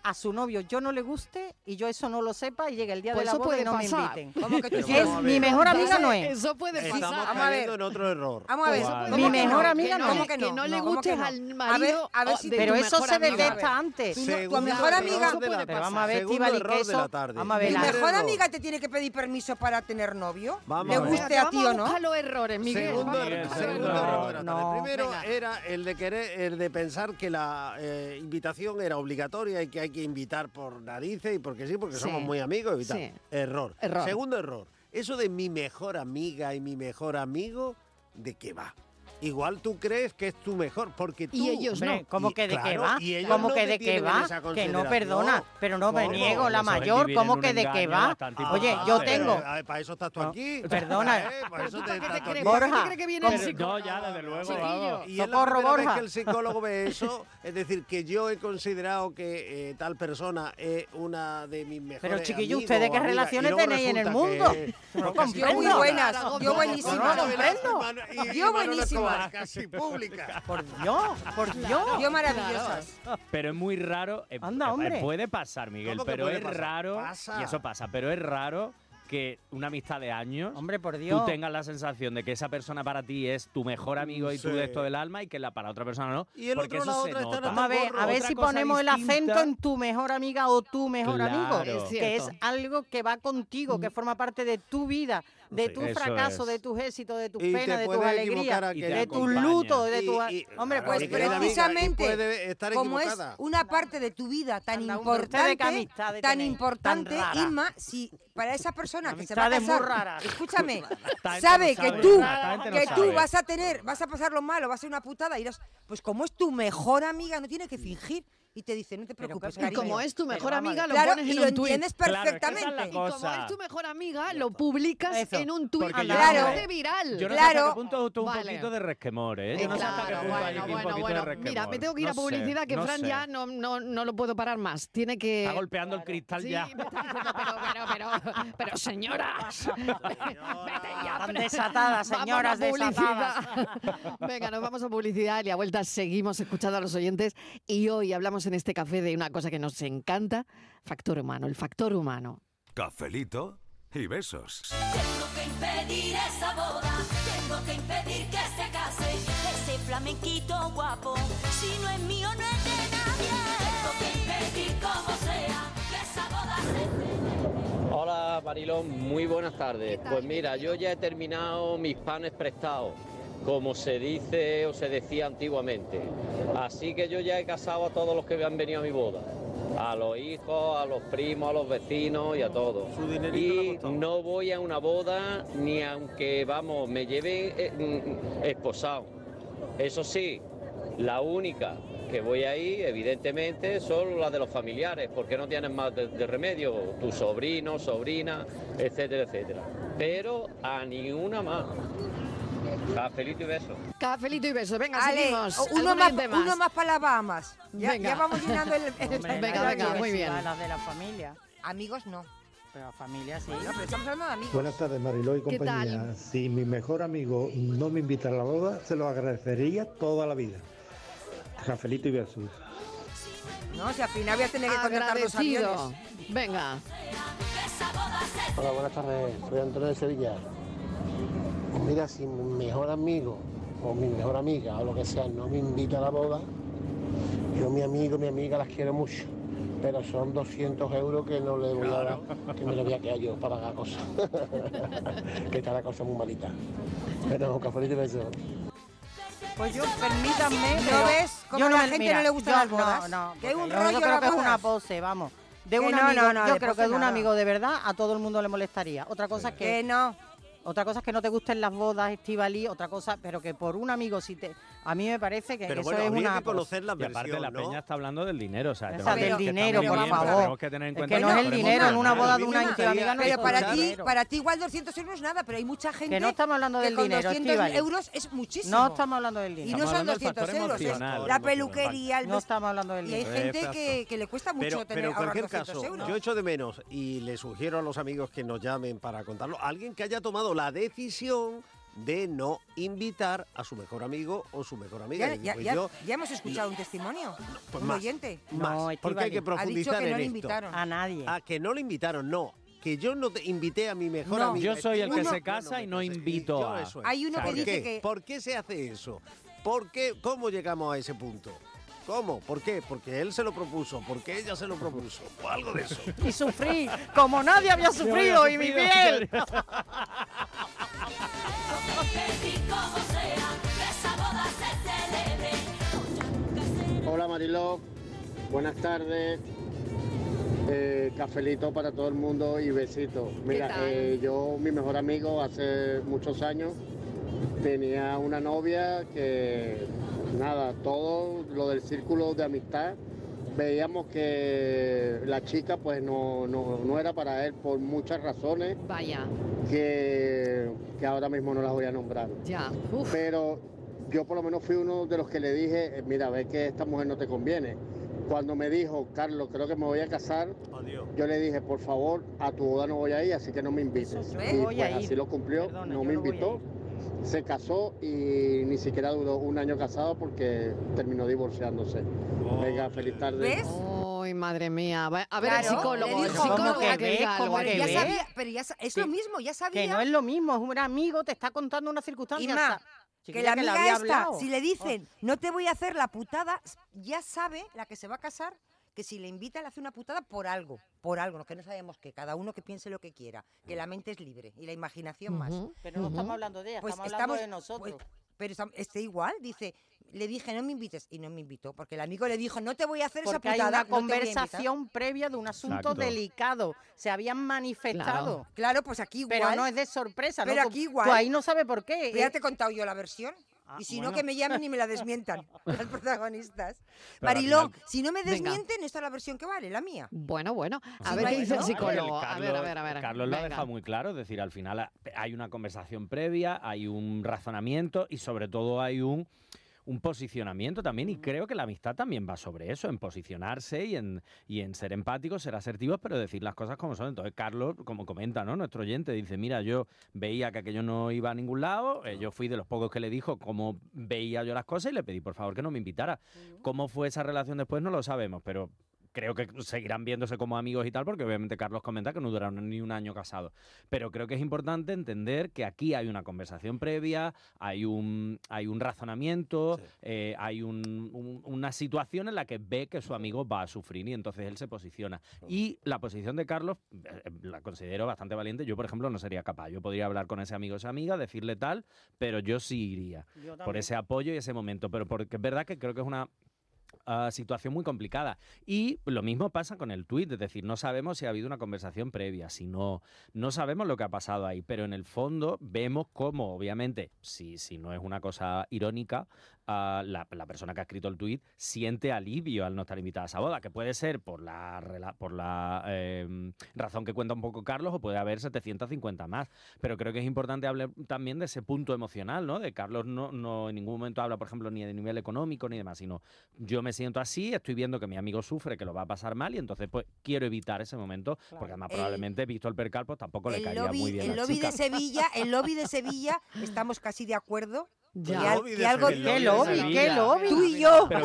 Speaker 5: a su novio yo no le guste y yo eso no lo sepa y llegue el día
Speaker 1: Pues
Speaker 5: de la
Speaker 1: eso
Speaker 5: boda
Speaker 1: puede
Speaker 5: y no
Speaker 1: pasar.
Speaker 5: me inviten.
Speaker 1: ¿Cómo que tú
Speaker 5: Es
Speaker 1: sí? Vamos a
Speaker 5: mi
Speaker 1: ver.
Speaker 5: mejor amiga no es.
Speaker 1: Entonces, eso puede pasar.
Speaker 3: Estamos
Speaker 1: Vamos a ver.
Speaker 3: cayendo en otro error.
Speaker 4: Vamos a ver, eso
Speaker 3: Vale.
Speaker 4: puede
Speaker 5: Mi mejor amiga no
Speaker 1: no,
Speaker 5: es.
Speaker 1: que no le gustes al marido
Speaker 4: a ver
Speaker 1: o
Speaker 4: si
Speaker 1: de
Speaker 5: Pero
Speaker 1: tu
Speaker 5: eso
Speaker 1: mejor
Speaker 5: se
Speaker 1: amiga.
Speaker 5: detecta antes.
Speaker 4: Tu Segundo mejor error amiga- de la
Speaker 5: Pero vamos
Speaker 4: tarde.
Speaker 5: a ver,
Speaker 4: Segundo
Speaker 5: Estíbaliz,
Speaker 4: error
Speaker 5: que
Speaker 4: de
Speaker 5: eso-
Speaker 4: la tarde.
Speaker 5: Vamos a ver,
Speaker 4: Mi
Speaker 5: la-
Speaker 4: mejor amiga te tiene que pedir permiso para tener novio.
Speaker 3: Vamos
Speaker 4: le
Speaker 3: a ver.
Speaker 4: guste
Speaker 3: Venga,
Speaker 4: a ti o no.
Speaker 1: los errores,
Speaker 3: Segundo,
Speaker 4: Miguel,
Speaker 3: error,
Speaker 4: vamos.
Speaker 3: segundo error de la tarde.
Speaker 4: No,
Speaker 3: Primero
Speaker 4: venga.
Speaker 3: era el de querer, el de pensar que la eh, invitación era obligatoria y que hay que invitar por narices y porque sí, porque
Speaker 1: Sí.
Speaker 3: somos muy amigos y tal.
Speaker 1: Sí.
Speaker 3: Error.
Speaker 1: Error.
Speaker 3: Segundo error. Eso de mi mejor amiga y mi mejor amigo, ¿de qué va? Igual tú crees que es tu mejor, porque tú...
Speaker 5: Y ellos Hombre, no. ¿cómo
Speaker 3: Y-
Speaker 5: que de qué
Speaker 3: claro,
Speaker 5: va?
Speaker 3: y ellos
Speaker 5: ¿Cómo
Speaker 3: no
Speaker 5: que
Speaker 3: te
Speaker 5: de qué
Speaker 3: tienen en
Speaker 5: va?
Speaker 3: esa
Speaker 5: Que no,
Speaker 3: consideración.
Speaker 5: perdona, pero no me
Speaker 3: ¿Cómo?
Speaker 5: niego, la Eso es mayor, vivir ¿cómo en un que de qué engaño va? bastante Oye, yo importante. tengo-
Speaker 3: Pero, eh, Para eso estás tú aquí.
Speaker 5: perdona.
Speaker 3: Eh, Para eso te estás tú aquí.
Speaker 5: Borja, ¿cómo-
Speaker 2: No, ya, desde luego, vamos.
Speaker 3: Y es la
Speaker 5: Socorro,
Speaker 3: primera vez
Speaker 5: Borja.
Speaker 3: que el psicólogo ve eso, es decir, que yo he considerado que eh, tal persona es una de mis mejores
Speaker 5: Pero chiquillo,
Speaker 3: amigos
Speaker 5: ¿ustedes
Speaker 3: o
Speaker 5: qué
Speaker 3: amigas,
Speaker 5: relaciones
Speaker 3: y luego
Speaker 5: tenéis en el
Speaker 3: resulta
Speaker 5: mundo?
Speaker 3: que-
Speaker 5: No
Speaker 3: porque
Speaker 5: comprendo.
Speaker 3: sí,
Speaker 4: Yo muy
Speaker 3: claro,
Speaker 4: buenas,
Speaker 3: claro,
Speaker 4: yo
Speaker 3: como-
Speaker 4: buenísima.
Speaker 3: como
Speaker 4: No comprendo.
Speaker 3: Manolo Velasco y Manu- y- y
Speaker 4: Yo
Speaker 3: Manolo
Speaker 4: buenísima.
Speaker 3: Escobar, Casi pública.
Speaker 5: Por Dios, por Dios.
Speaker 4: Yo maravillosas.
Speaker 2: Pero es muy raro. eh,
Speaker 5: Anda,
Speaker 2: eh,
Speaker 5: hombre.
Speaker 2: Puede pasar, Miguel,
Speaker 5: ¿Cómo que
Speaker 2: pero
Speaker 5: puede
Speaker 2: es
Speaker 5: pasar?
Speaker 2: raro.
Speaker 5: Pasa.
Speaker 2: Y eso pasa, pero es raro que una amistad de años.
Speaker 5: Hombre, por
Speaker 2: Tú
Speaker 5: Dios.
Speaker 2: tengas la sensación de que esa persona para ti es tu mejor amigo y tu
Speaker 5: Sí.
Speaker 2: de esto del alma y que la para otra persona no.
Speaker 5: Y el
Speaker 2: porque
Speaker 5: otro,
Speaker 2: eso
Speaker 5: la
Speaker 2: se
Speaker 5: otra
Speaker 2: nota.
Speaker 5: Vamos a ver, a ver si ponemos el acento en tu mejor amiga o tu mejor
Speaker 2: Claro.
Speaker 5: amigo,
Speaker 2: Es
Speaker 5: que es
Speaker 2: cierto. Mm.
Speaker 5: algo que va contigo, que forma parte de tu vida, de
Speaker 2: Sí,
Speaker 5: tu
Speaker 2: eso
Speaker 5: fracaso,
Speaker 2: es.
Speaker 5: de tus éxitos, de tus
Speaker 3: Y te
Speaker 5: penas, de tus
Speaker 3: puedes
Speaker 5: alegrías,
Speaker 3: equivocar a que
Speaker 5: de
Speaker 3: te
Speaker 5: tu
Speaker 3: acompaña.
Speaker 5: luto, de
Speaker 3: Y-
Speaker 5: tu...
Speaker 3: y-
Speaker 5: Hombre,
Speaker 3: claro,
Speaker 5: pues
Speaker 3: y que
Speaker 5: pero
Speaker 3: la amiga-
Speaker 4: precisamente
Speaker 3: y puede estar
Speaker 4: como es
Speaker 3: equivocada.
Speaker 4: una parte de tu vida tan
Speaker 5: Anda, hombre, ustedes qué
Speaker 4: importante,
Speaker 5: amistades
Speaker 4: tan
Speaker 5: tenéis,
Speaker 4: importante,
Speaker 5: tan raras.
Speaker 4: Inma, si para esa persona que se va a
Speaker 5: Amistades muy
Speaker 4: casar,
Speaker 5: raras.
Speaker 4: escúchame,
Speaker 5: Esta gente
Speaker 4: sabe
Speaker 5: no
Speaker 4: que
Speaker 5: sabe,
Speaker 4: tú,
Speaker 5: esta gente no
Speaker 4: que tú
Speaker 5: sabe.
Speaker 4: vas a tener, vas a pasarlo mal o va a ser una putada, y irás- pues como es tu mejor amiga, no tiene que fingir. Y te dice, no te preocupes,
Speaker 1: Y como es tu mejor amiga, lo
Speaker 4: Claro,
Speaker 1: pones en
Speaker 4: y lo
Speaker 1: un tuit.
Speaker 4: entiendes perfectamente.
Speaker 1: Y como es tu mejor amiga, lo publicas en un tuit.
Speaker 2: Porque yo
Speaker 1: claro.
Speaker 2: no sé-
Speaker 1: viral.
Speaker 2: Yo no sé hasta
Speaker 1: claro.
Speaker 2: qué punto tú un
Speaker 1: Vale.
Speaker 2: poquito de resquemor, ¿eh? Yo no sé hasta qué
Speaker 1: Claro,
Speaker 2: punto hay
Speaker 1: bueno,
Speaker 2: aquí un
Speaker 1: bueno,
Speaker 2: poquito de
Speaker 1: bueno.
Speaker 2: resquemor.
Speaker 1: Mira, me tengo que ir
Speaker 2: No
Speaker 1: a publicidad,
Speaker 2: sé,
Speaker 1: que
Speaker 2: no
Speaker 1: Fran
Speaker 2: sé.
Speaker 1: ya no, no, no lo puedo parar más. Tiene que...
Speaker 2: Está golpeando el cristal
Speaker 1: Sí,
Speaker 2: ya.
Speaker 1: pero, pero, pero, pero, pero, señoras. Vete ya,
Speaker 5: Están
Speaker 1: pero-
Speaker 5: desatadas,
Speaker 1: Vamos a
Speaker 5: señoras, desatadas.
Speaker 1: publicidad. Venga, nos vamos a publicidad y a vuelta seguimos escuchando a los oyentes. Y hoy hablamos en este café de una cosa que nos encanta, factor humano, el factor humano.
Speaker 13: Cafelito y besos.
Speaker 14: Tengo que impedir esa boda, tengo que impedir que se case ese flamenquito guapo. Si no es mío, no es de nadie. Tengo que impedir como sea que esa boda se
Speaker 15: Hola Marilón, muy buenas tardes. Pues mira, yo ya he terminado mis panes prestados, como se dice o se decía antiguamente. Así que yo ya he casado a todos los que han venido a mi boda. A los hijos, a los primos, a los vecinos y a todos. Y no voy a una boda ni aunque, vamos, me lleven eh, mm, esposado. Eso sí, la única que voy ahí, evidentemente, son las de los familiares, porque no tienes más de, de remedio, tu sobrino, sobrina, etcétera, etcétera. Pero a ninguna más. Cafelito y beso.
Speaker 1: Cafelito y besos. Venga,
Speaker 4: Ale,
Speaker 1: seguimos.
Speaker 4: uno
Speaker 1: Algún
Speaker 4: más,
Speaker 1: oyente
Speaker 4: uno más para las Bahamas. Ya,
Speaker 1: Venga.
Speaker 4: ya vamos llenando el, el-
Speaker 1: Venga, venga, muy bien.
Speaker 5: Las de la familia.
Speaker 4: Amigos no.
Speaker 5: Pero la familia sí.
Speaker 4: No, pero estamos hablando de amigos.
Speaker 16: Buenas tardes, Mariló y
Speaker 4: ¿Qué
Speaker 16: compañía. Si mi mejor amigo no me invita a la boda, se lo agradecería toda la vida. Cafelito y besos.
Speaker 4: No, si al final voy a tener que contratar dos
Speaker 1: Agradecido.
Speaker 4: aviones.
Speaker 1: Venga.
Speaker 17: Hola, buenas tardes. Soy Antonio de Sevilla. Pues Mira, si mi mejor amigo o mi mejor amiga o lo que sea no me invita a la boda, yo mi amigo, mi amiga las quiero mucho. pero son 200 euros que no le voy a dar, que me lo voy a quedar yo para pagar cosas. que está la cosa muy malita. Pero un cafelito y besos.
Speaker 5: Pues yo, permítanme.
Speaker 4: ¿No
Speaker 5: pero
Speaker 4: ves cómo
Speaker 5: yo
Speaker 4: a la gente no le gustan
Speaker 5: yo
Speaker 4: las bodas?
Speaker 5: No, no,
Speaker 4: Que hay
Speaker 5: porque
Speaker 4: un
Speaker 5: yo-
Speaker 4: rollo
Speaker 5: Yo
Speaker 4: en
Speaker 5: creo
Speaker 4: las
Speaker 5: que es una
Speaker 4: bodas.
Speaker 5: pose, vamos. De
Speaker 4: Que
Speaker 5: un
Speaker 4: no,
Speaker 5: amigo,
Speaker 4: no, no,
Speaker 5: yo
Speaker 4: de
Speaker 5: creo que
Speaker 4: pose
Speaker 5: de un
Speaker 4: nada.
Speaker 5: amigo de verdad a todo el mundo le molestaría. Otra cosa es que,
Speaker 4: Que no.
Speaker 5: Otra cosa es que no te gusten las bodas, Estivali, otra cosa, pero que por un amigo si te a mí me parece que eso es una pose.
Speaker 2: Y aparte, la peña está hablando del dinero. O sea,
Speaker 5: Esa
Speaker 2: tenemos
Speaker 5: del
Speaker 2: que- que
Speaker 5: dinero,
Speaker 2: estamos
Speaker 5: por
Speaker 2: bien, pero
Speaker 5: favor.
Speaker 2: tenemos que tener en
Speaker 5: Es
Speaker 2: cuenta
Speaker 5: que no es el
Speaker 2: podemos
Speaker 5: dinero en una
Speaker 2: ganar.
Speaker 5: boda de una íntima amiga no
Speaker 4: Pero
Speaker 5: es
Speaker 4: para
Speaker 5: mucho
Speaker 4: ti,
Speaker 5: dinero.
Speaker 4: para ti igual 200 euros es nada, pero hay mucha gente
Speaker 5: no estamos hablando
Speaker 4: que
Speaker 5: del
Speaker 4: con
Speaker 5: dinero,
Speaker 4: 200
Speaker 5: Estíbaliz.
Speaker 4: euros es muchísimo.
Speaker 5: No estamos hablando del dinero.
Speaker 4: Y no
Speaker 5: Estamos
Speaker 4: son
Speaker 5: hablando del
Speaker 4: 200
Speaker 5: factor
Speaker 4: euros, es
Speaker 5: emocional.
Speaker 4: la
Speaker 5: Factor
Speaker 4: peluquería, el
Speaker 5: No
Speaker 4: vestido.
Speaker 5: estamos hablando del
Speaker 4: Y hay
Speaker 5: dinero.
Speaker 4: gente
Speaker 3: Exacto.
Speaker 4: que, que le cuesta mucho
Speaker 3: Pero,
Speaker 4: tener
Speaker 3: pero en
Speaker 4: ahorrar
Speaker 3: cualquier
Speaker 4: 200
Speaker 3: caso,
Speaker 4: euros.
Speaker 3: yo echo de menos y le sugiero a los amigos que nos llamen para contarlo, alguien que haya tomado la decisión de no invitar a su mejor amigo o su mejor amiga.
Speaker 4: ya,
Speaker 3: Y
Speaker 4: ya-
Speaker 3: pues
Speaker 4: ya-
Speaker 3: yo-
Speaker 4: ya hemos escuchado un testimonio,
Speaker 3: pues
Speaker 4: un
Speaker 3: más,
Speaker 4: oyente.
Speaker 3: más, porque hay que profundizar
Speaker 4: ha dicho que
Speaker 3: en
Speaker 4: no le
Speaker 3: esto.
Speaker 4: invitaron.
Speaker 5: A nadie.
Speaker 3: A que no le invitaron, no. Que yo no te invité a mi mejor
Speaker 4: No.
Speaker 3: amigo.
Speaker 2: Yo soy el que
Speaker 4: Uno-
Speaker 2: se casa y no invito a...
Speaker 4: Hay uno que dice que-
Speaker 3: ¿Por qué se hace eso? ¿Por qué? ¿Cómo llegamos a ese punto? ¿Cómo? ¿Por qué? Porque él se lo propuso, porque ella se lo propuso, o algo de eso.
Speaker 5: Y sufrí como nadie había
Speaker 3: Yo
Speaker 5: sufrido
Speaker 3: había
Speaker 5: y mi
Speaker 3: sufrido,
Speaker 5: piel.
Speaker 18: Hola Mariló, buenas tardes. Eh, cafelito para todo el mundo y besito. Mira,
Speaker 19: tal?
Speaker 18: eh, yo, mi mejor amigo, hace muchos años tenía una novia que, nada, todo lo del círculo de amistad, veíamos que la chica pues no, no, no era para él por muchas razones.
Speaker 1: Vaya.
Speaker 18: Que, que ahora mismo no las voy a nombrar.
Speaker 1: Ya.
Speaker 18: Pero yo por lo menos fui uno de los que le dije, eh, mira, ve que esta mujer no te conviene. Cuando me dijo, Carlos, creo que me voy a casar, yo le dije, por favor, a tu boda no voy a ir, así que no me invites.
Speaker 5: yo
Speaker 18: Y
Speaker 5: voy
Speaker 18: pues
Speaker 5: a ir.
Speaker 18: así lo cumplió, no me invitó. Se casó y ni siquiera duró un año casado porque terminó divorciándose. Venga, feliz tarde.
Speaker 1: Oh, Ay, madre mía. Va- A ver, el
Speaker 18: Claro,
Speaker 1: psicólogo.
Speaker 18: le
Speaker 1: El
Speaker 18: dijo,
Speaker 1: psicólogo
Speaker 18: ¿cómo que
Speaker 1: que
Speaker 18: ve?
Speaker 1: diga algo
Speaker 18: ¿Cómo
Speaker 1: aquí.
Speaker 18: que ve?
Speaker 4: Pero ya sa- es
Speaker 5: Sí.
Speaker 4: lo mismo, ya sabía.
Speaker 5: Que no es lo mismo, es un amigo, te está contando una circunstancia.
Speaker 4: Inma,
Speaker 5: hasta-
Speaker 4: que la
Speaker 5: Chiquilla, le
Speaker 4: amiga
Speaker 5: había
Speaker 4: esta,
Speaker 5: hablado. Oh.
Speaker 4: si le dicen, no te voy a hacer la putada, ya sabe la que se va a casar que si le invita le hace una putada por algo, por algo, no, que no sabemos que cada uno que piense lo que quiera, que la mente es libre y la imaginación
Speaker 5: Ujú,
Speaker 4: más.
Speaker 5: Pero no estamos ujú. hablando de ella, estamos hablando de nosotros.
Speaker 4: pues, pero estam- este igual, dice, le dije no me invites y no me invitó, porque el amigo le dijo no te voy a hacer
Speaker 5: Porque
Speaker 4: esa
Speaker 5: hay
Speaker 4: putada.
Speaker 5: una conversación previa de un asunto
Speaker 4: Exacto.
Speaker 5: delicado. Se habían manifestado.
Speaker 4: Claro. Claro, pues aquí igual.
Speaker 5: Pero no es de sorpresa, ¿no?
Speaker 4: Pero
Speaker 5: Tú-
Speaker 4: aquí igual.
Speaker 5: tú ahí no sabe por qué. ¿eh? Ah,
Speaker 4: Ya te he contado yo la versión. y si
Speaker 5: bueno.
Speaker 4: no, que me llamen y me la desmientan las protagonistas.
Speaker 1: Pero al
Speaker 4: Mariló,
Speaker 1: final-
Speaker 4: si no me
Speaker 1: Venga.
Speaker 4: desmienten, esta es la versión que vale, la mía.
Speaker 1: Bueno, bueno. A
Speaker 4: Sí,
Speaker 1: ver
Speaker 4: no
Speaker 1: qué
Speaker 4: hay-
Speaker 1: dice el
Speaker 4: no,
Speaker 1: psicólogo.
Speaker 2: Carlos,
Speaker 1: A ver, a ver, a ver.
Speaker 2: Carlos lo ha
Speaker 1: Venga.
Speaker 2: dejado muy claro, es decir, al final a- hay una conversación previa, hay un razonamiento y sobre todo hay un, un posicionamiento también y
Speaker 1: Mm.
Speaker 2: creo que la amistad también va sobre eso, en posicionarse y en, y en ser empáticos, ser asertivos, pero decir las cosas como son. Entonces Carlos, como comenta, ¿no? Nuestro oyente dice, mira, yo veía que aquello no iba a ningún lado, eh, yo fui de los pocos que le dijo cómo veía yo las cosas y le pedí por favor que no me invitara.
Speaker 1: Mm.
Speaker 2: ¿Cómo fue esa relación después? No lo sabemos, pero creo que seguirán viéndose como amigos y tal, porque obviamente Carlos comenta que no duraron ni un año casados. Pero creo que es importante entender que aquí hay una conversación previa, hay un, hay un razonamiento, eh, hay un- un- una situación en la que ve que su amigo va a sufrir y entonces él se posiciona. Y la posición de Carlos eh, eh, la considero bastante valiente. Yo, por ejemplo, no sería capaz. Yo podría hablar con ese amigo o esa amiga, decirle tal, pero yo sí iría
Speaker 5: Yo
Speaker 2: por
Speaker 5: también.
Speaker 2: ese apoyo y ese momento. Pero porque es verdad que creo que es una ah, situación muy complicada. Y lo mismo pasa con el tuit, es decir, no sabemos si ha habido una conversación previa, si no, no sabemos lo que ha pasado ahí, pero en el fondo vemos cómo, obviamente, si, si no es una cosa irónica, ah, la, la persona que ha escrito el tuit siente alivio al no estar invitada a esa boda, que puede ser por la, rela- por la eh, razón que cuenta un poco Carlos o puede haber 750 más. Pero creo que es importante hablar también de ese punto emocional, ¿no? De Carlos no, no en ningún momento habla, por ejemplo, ni de nivel económico ni demás, sino yo me siento así, estoy viendo que mi amigo sufre, que lo va a pasar mal y entonces pues quiero evitar ese momento porque además
Speaker 4: El-
Speaker 2: probablemente visto el percal pues tampoco le
Speaker 4: El
Speaker 2: caería
Speaker 4: lobby,
Speaker 2: muy bien
Speaker 4: el
Speaker 2: a la
Speaker 4: lobby
Speaker 2: chica.
Speaker 4: de Sevilla, el lobby de Sevilla, estamos casi de acuerdo Que al-
Speaker 5: lobby
Speaker 4: que
Speaker 5: de
Speaker 4: algo-
Speaker 5: Sevilla. ¿Qué lobby? ¿Qué
Speaker 4: Sevilla.
Speaker 5: lobby?
Speaker 4: Tú y yo.
Speaker 5: Pero-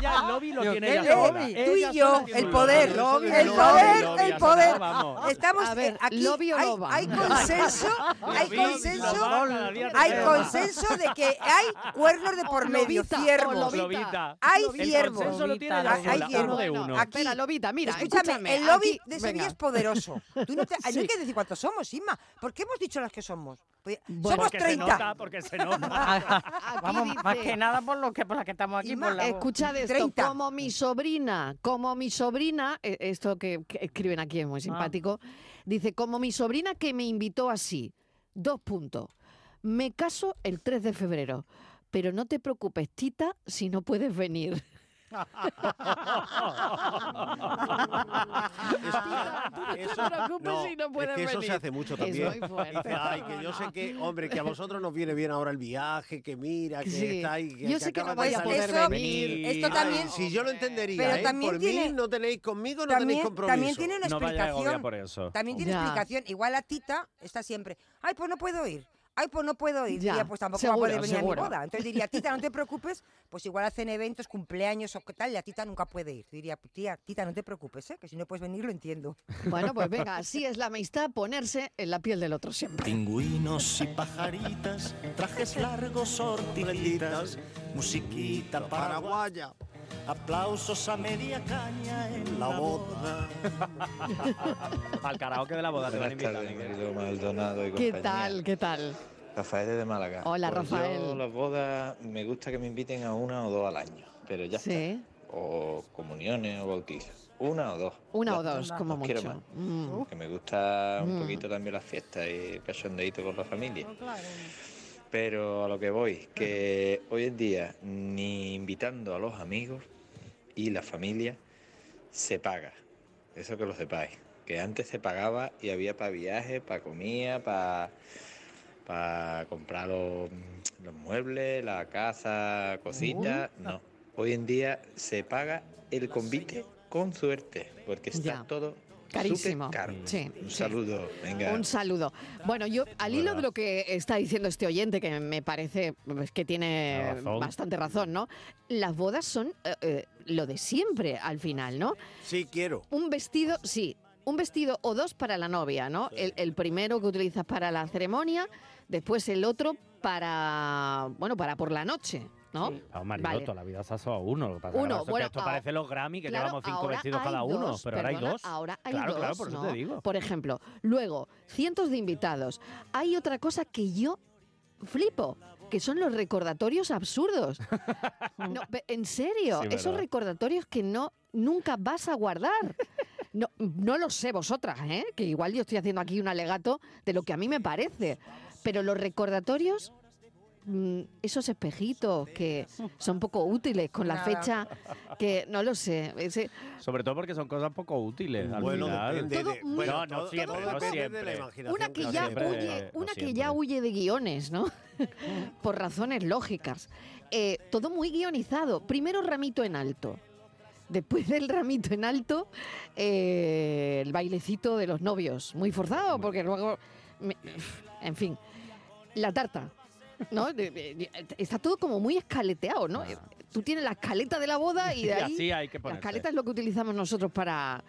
Speaker 4: ella el lobby
Speaker 5: lo Yo, tiene ¿qué ella sola. lobby?
Speaker 4: Tú
Speaker 5: Ella
Speaker 4: y yo,
Speaker 5: sola tiene
Speaker 4: el
Speaker 5: un
Speaker 4: poder,
Speaker 5: lobby. Lobby,
Speaker 4: el
Speaker 5: lobby,
Speaker 4: poder,
Speaker 5: lobby,
Speaker 4: el
Speaker 5: ya
Speaker 4: poder.
Speaker 5: está, vamos.
Speaker 4: Estamos
Speaker 5: A ver,
Speaker 4: eh, aquí
Speaker 5: lobby o
Speaker 4: hay,
Speaker 5: loba.
Speaker 4: hay consenso, hay
Speaker 5: Lobby,
Speaker 4: consenso,
Speaker 5: loba, cada día te
Speaker 4: hay
Speaker 5: veo más.
Speaker 4: consenso de que hay cuernos de por medio,
Speaker 5: oh,
Speaker 1: lobita, o
Speaker 4: ciervos.
Speaker 1: lobita.
Speaker 4: Hay
Speaker 1: Lobita. El
Speaker 4: ciervos.
Speaker 1: consenso lo tiene ella
Speaker 4: Hay- hay
Speaker 1: sola, uno
Speaker 4: ciervos.
Speaker 1: de uno.
Speaker 4: Aquí,
Speaker 1: Espera, lobita, mira, escúchame,
Speaker 4: el lobby
Speaker 1: aquí-
Speaker 4: de Sevilla
Speaker 1: venga.
Speaker 4: es poderoso. Tú no, te- no
Speaker 1: Sí.
Speaker 4: hay que decir cuántos somos, Inma. ¿Por qué hemos dicho las que somos? Pues,
Speaker 5: Bueno,
Speaker 4: somos
Speaker 5: porque se
Speaker 4: 30.
Speaker 5: nota,
Speaker 2: porque se
Speaker 5: nota. Vamos, más
Speaker 1: dice-
Speaker 5: que nada por lo que por la que estamos aquí. por la voz.
Speaker 1: Escuchad esto, como mi sobrina, como mi sobrina, eh, esto que, que escriben aquí es
Speaker 5: Ah.
Speaker 1: muy simpático, dice, como mi sobrina que me invitó así, dos puntos, me caso el 3 de febrero, pero no te preocupes, tita, si no puedes venir.
Speaker 3: Eso- no,
Speaker 1: puedes
Speaker 3: es que eso
Speaker 1: venir.
Speaker 3: se hace mucho
Speaker 1: Es
Speaker 3: también.
Speaker 1: muy fuerte.
Speaker 3: Dice, ay, que yo sé que, hombre, que a vosotros nos viene bien ahora el viaje, que mira, que
Speaker 1: Sí.
Speaker 3: está ahí.
Speaker 1: Yo sé que no
Speaker 3: acaban
Speaker 1: vais
Speaker 3: de
Speaker 1: a
Speaker 3: salir.
Speaker 1: poder Eso- venir. esto
Speaker 3: Ay,
Speaker 1: también-
Speaker 3: si yo lo entendería,
Speaker 4: Pero
Speaker 3: ¿eh?
Speaker 4: también
Speaker 3: por
Speaker 4: tiene-
Speaker 3: mí no tenéis conmigo, no
Speaker 4: también,
Speaker 3: tenéis compromiso.
Speaker 4: también tiene una explicación. También tiene
Speaker 3: Ya.
Speaker 4: explicación. Igual la tita está siempre, ay, pues no puedo ir. Ay, pues no puedo ir.
Speaker 1: Ya,
Speaker 4: Tía, pues tampoco va
Speaker 1: seguro,
Speaker 4: a poder venir
Speaker 1: seguro.
Speaker 4: a mi boda. Entonces diría, tita, no te preocupes. Pues igual hacen eventos, cumpleaños o qué tal, y la tita nunca puede ir. Diría, tía, tita, no te preocupes, ¿eh? que si no puedes venir, lo entiendo.
Speaker 1: Bueno, pues venga, así es la amistad, ponerse en la piel del otro siempre.
Speaker 19: Pingüinos y pajaritas, trajes largos, ortiglitas, musiquita paraguaya, aplausos a media caña en la boda.
Speaker 2: Al karaoke de la boda te van a
Speaker 20: Buenas
Speaker 2: invitar.
Speaker 20: tardes, querido Maldonado y
Speaker 1: ¿Qué
Speaker 20: compañía.
Speaker 1: tal? ¿Qué tal?
Speaker 20: Rafael de Málaga.
Speaker 1: Hola,
Speaker 20: Pues Yo
Speaker 1: Rafael.
Speaker 20: las bodas me gusta que me inviten a una o dos al año, pero ya
Speaker 1: Sí,
Speaker 20: está. O comuniones o bautizos. Una o dos.
Speaker 1: una
Speaker 20: Ya
Speaker 1: o dos,
Speaker 20: está.
Speaker 1: como
Speaker 20: Os quiero
Speaker 1: mucho.
Speaker 20: más.
Speaker 1: Mm.
Speaker 20: Que me gusta un
Speaker 1: Mm.
Speaker 20: poquito también las fiestas y cachondeíto con la familia. Pero a lo que voy, que hoy en día ni invitando a los amigos y la familia se paga. Eso que lo sepáis. Que antes se pagaba y había para viaje, para comida, para comprar los, los muebles, la casa, cositas. No. Hoy en día se paga el convite con suerte, porque está
Speaker 1: Ya.
Speaker 20: todo
Speaker 1: Carísimo.
Speaker 20: súper caro.
Speaker 1: Sí,
Speaker 20: Un
Speaker 1: sí.
Speaker 20: saludo. Venga.
Speaker 1: Un saludo. Bueno, yo al hilo de lo que está diciendo este oyente, que me parece pues, que tiene
Speaker 20: Tiene razón.
Speaker 1: bastante razón, ¿no? Las bodas son eh, eh, lo de siempre al final, ¿no?
Speaker 3: Sí, quiero.
Speaker 1: Un vestido, sí, un vestido o dos para la novia, ¿no? El, el primero que utilizas para la ceremonia, después el otro para, bueno, para por la noche, ¿no?
Speaker 2: A un marido,
Speaker 1: Vale.
Speaker 2: toda la vida se ha asado a uno. Lo que pasa es que
Speaker 1: Uno,
Speaker 2: ahora esto-
Speaker 1: bueno,
Speaker 2: esto
Speaker 1: ah,
Speaker 2: parece los Grammy, que
Speaker 1: claro,
Speaker 2: llevamos cinco
Speaker 1: ahora
Speaker 2: vestidos
Speaker 1: hay
Speaker 2: cada uno,
Speaker 1: dos,
Speaker 2: pero ahora hay
Speaker 1: perdona,
Speaker 2: dos.
Speaker 1: Ahora hay
Speaker 2: claro,
Speaker 1: dos,
Speaker 2: claro, por eso
Speaker 1: ¿no?
Speaker 2: te digo.
Speaker 1: Por ejemplo, luego, cientos de invitados. Hay otra cosa que yo flipo, que son los recordatorios absurdos. No, pe- en serio,
Speaker 21: Sí,
Speaker 1: esos
Speaker 21: ¿verdad?
Speaker 1: recordatorios que no nunca vas a guardar. No, no lo sé vosotras, ¿eh? que igual yo estoy haciendo aquí un alegato de lo que a mí me parece, pero los recordatorios, mm, esos espejitos que son poco útiles con la
Speaker 2: Nada.
Speaker 1: fecha, que no lo sé. ese-
Speaker 2: Sobre todo porque son cosas poco útiles. Al
Speaker 3: Bueno,
Speaker 2: final.
Speaker 3: depende de- Todo
Speaker 2: no,
Speaker 3: bueno,
Speaker 2: no
Speaker 3: todo-
Speaker 2: siempre,
Speaker 3: todo
Speaker 2: no
Speaker 3: depende de
Speaker 2: siempre.
Speaker 3: la imaginación
Speaker 1: Una que ya
Speaker 2: Eh,
Speaker 1: huye, Eh, una que ya huye de guiones, ¿no? Por razones lógicas. Eh, todo muy guionizado. Primero ramito en alto. Después del ramito en alto, eh, el bailecito de los novios. Muy forzado, porque luego. me- en fin. La tarta. ¿no? De- de- de- Está todo como muy escaleteado, ¿no? Tú tienes la escaleta de la boda y de
Speaker 2: Y
Speaker 1: ahí.
Speaker 2: Ah. así hay que
Speaker 1: la
Speaker 2: ponerse.
Speaker 1: escaleta es lo que utilizamos nosotros para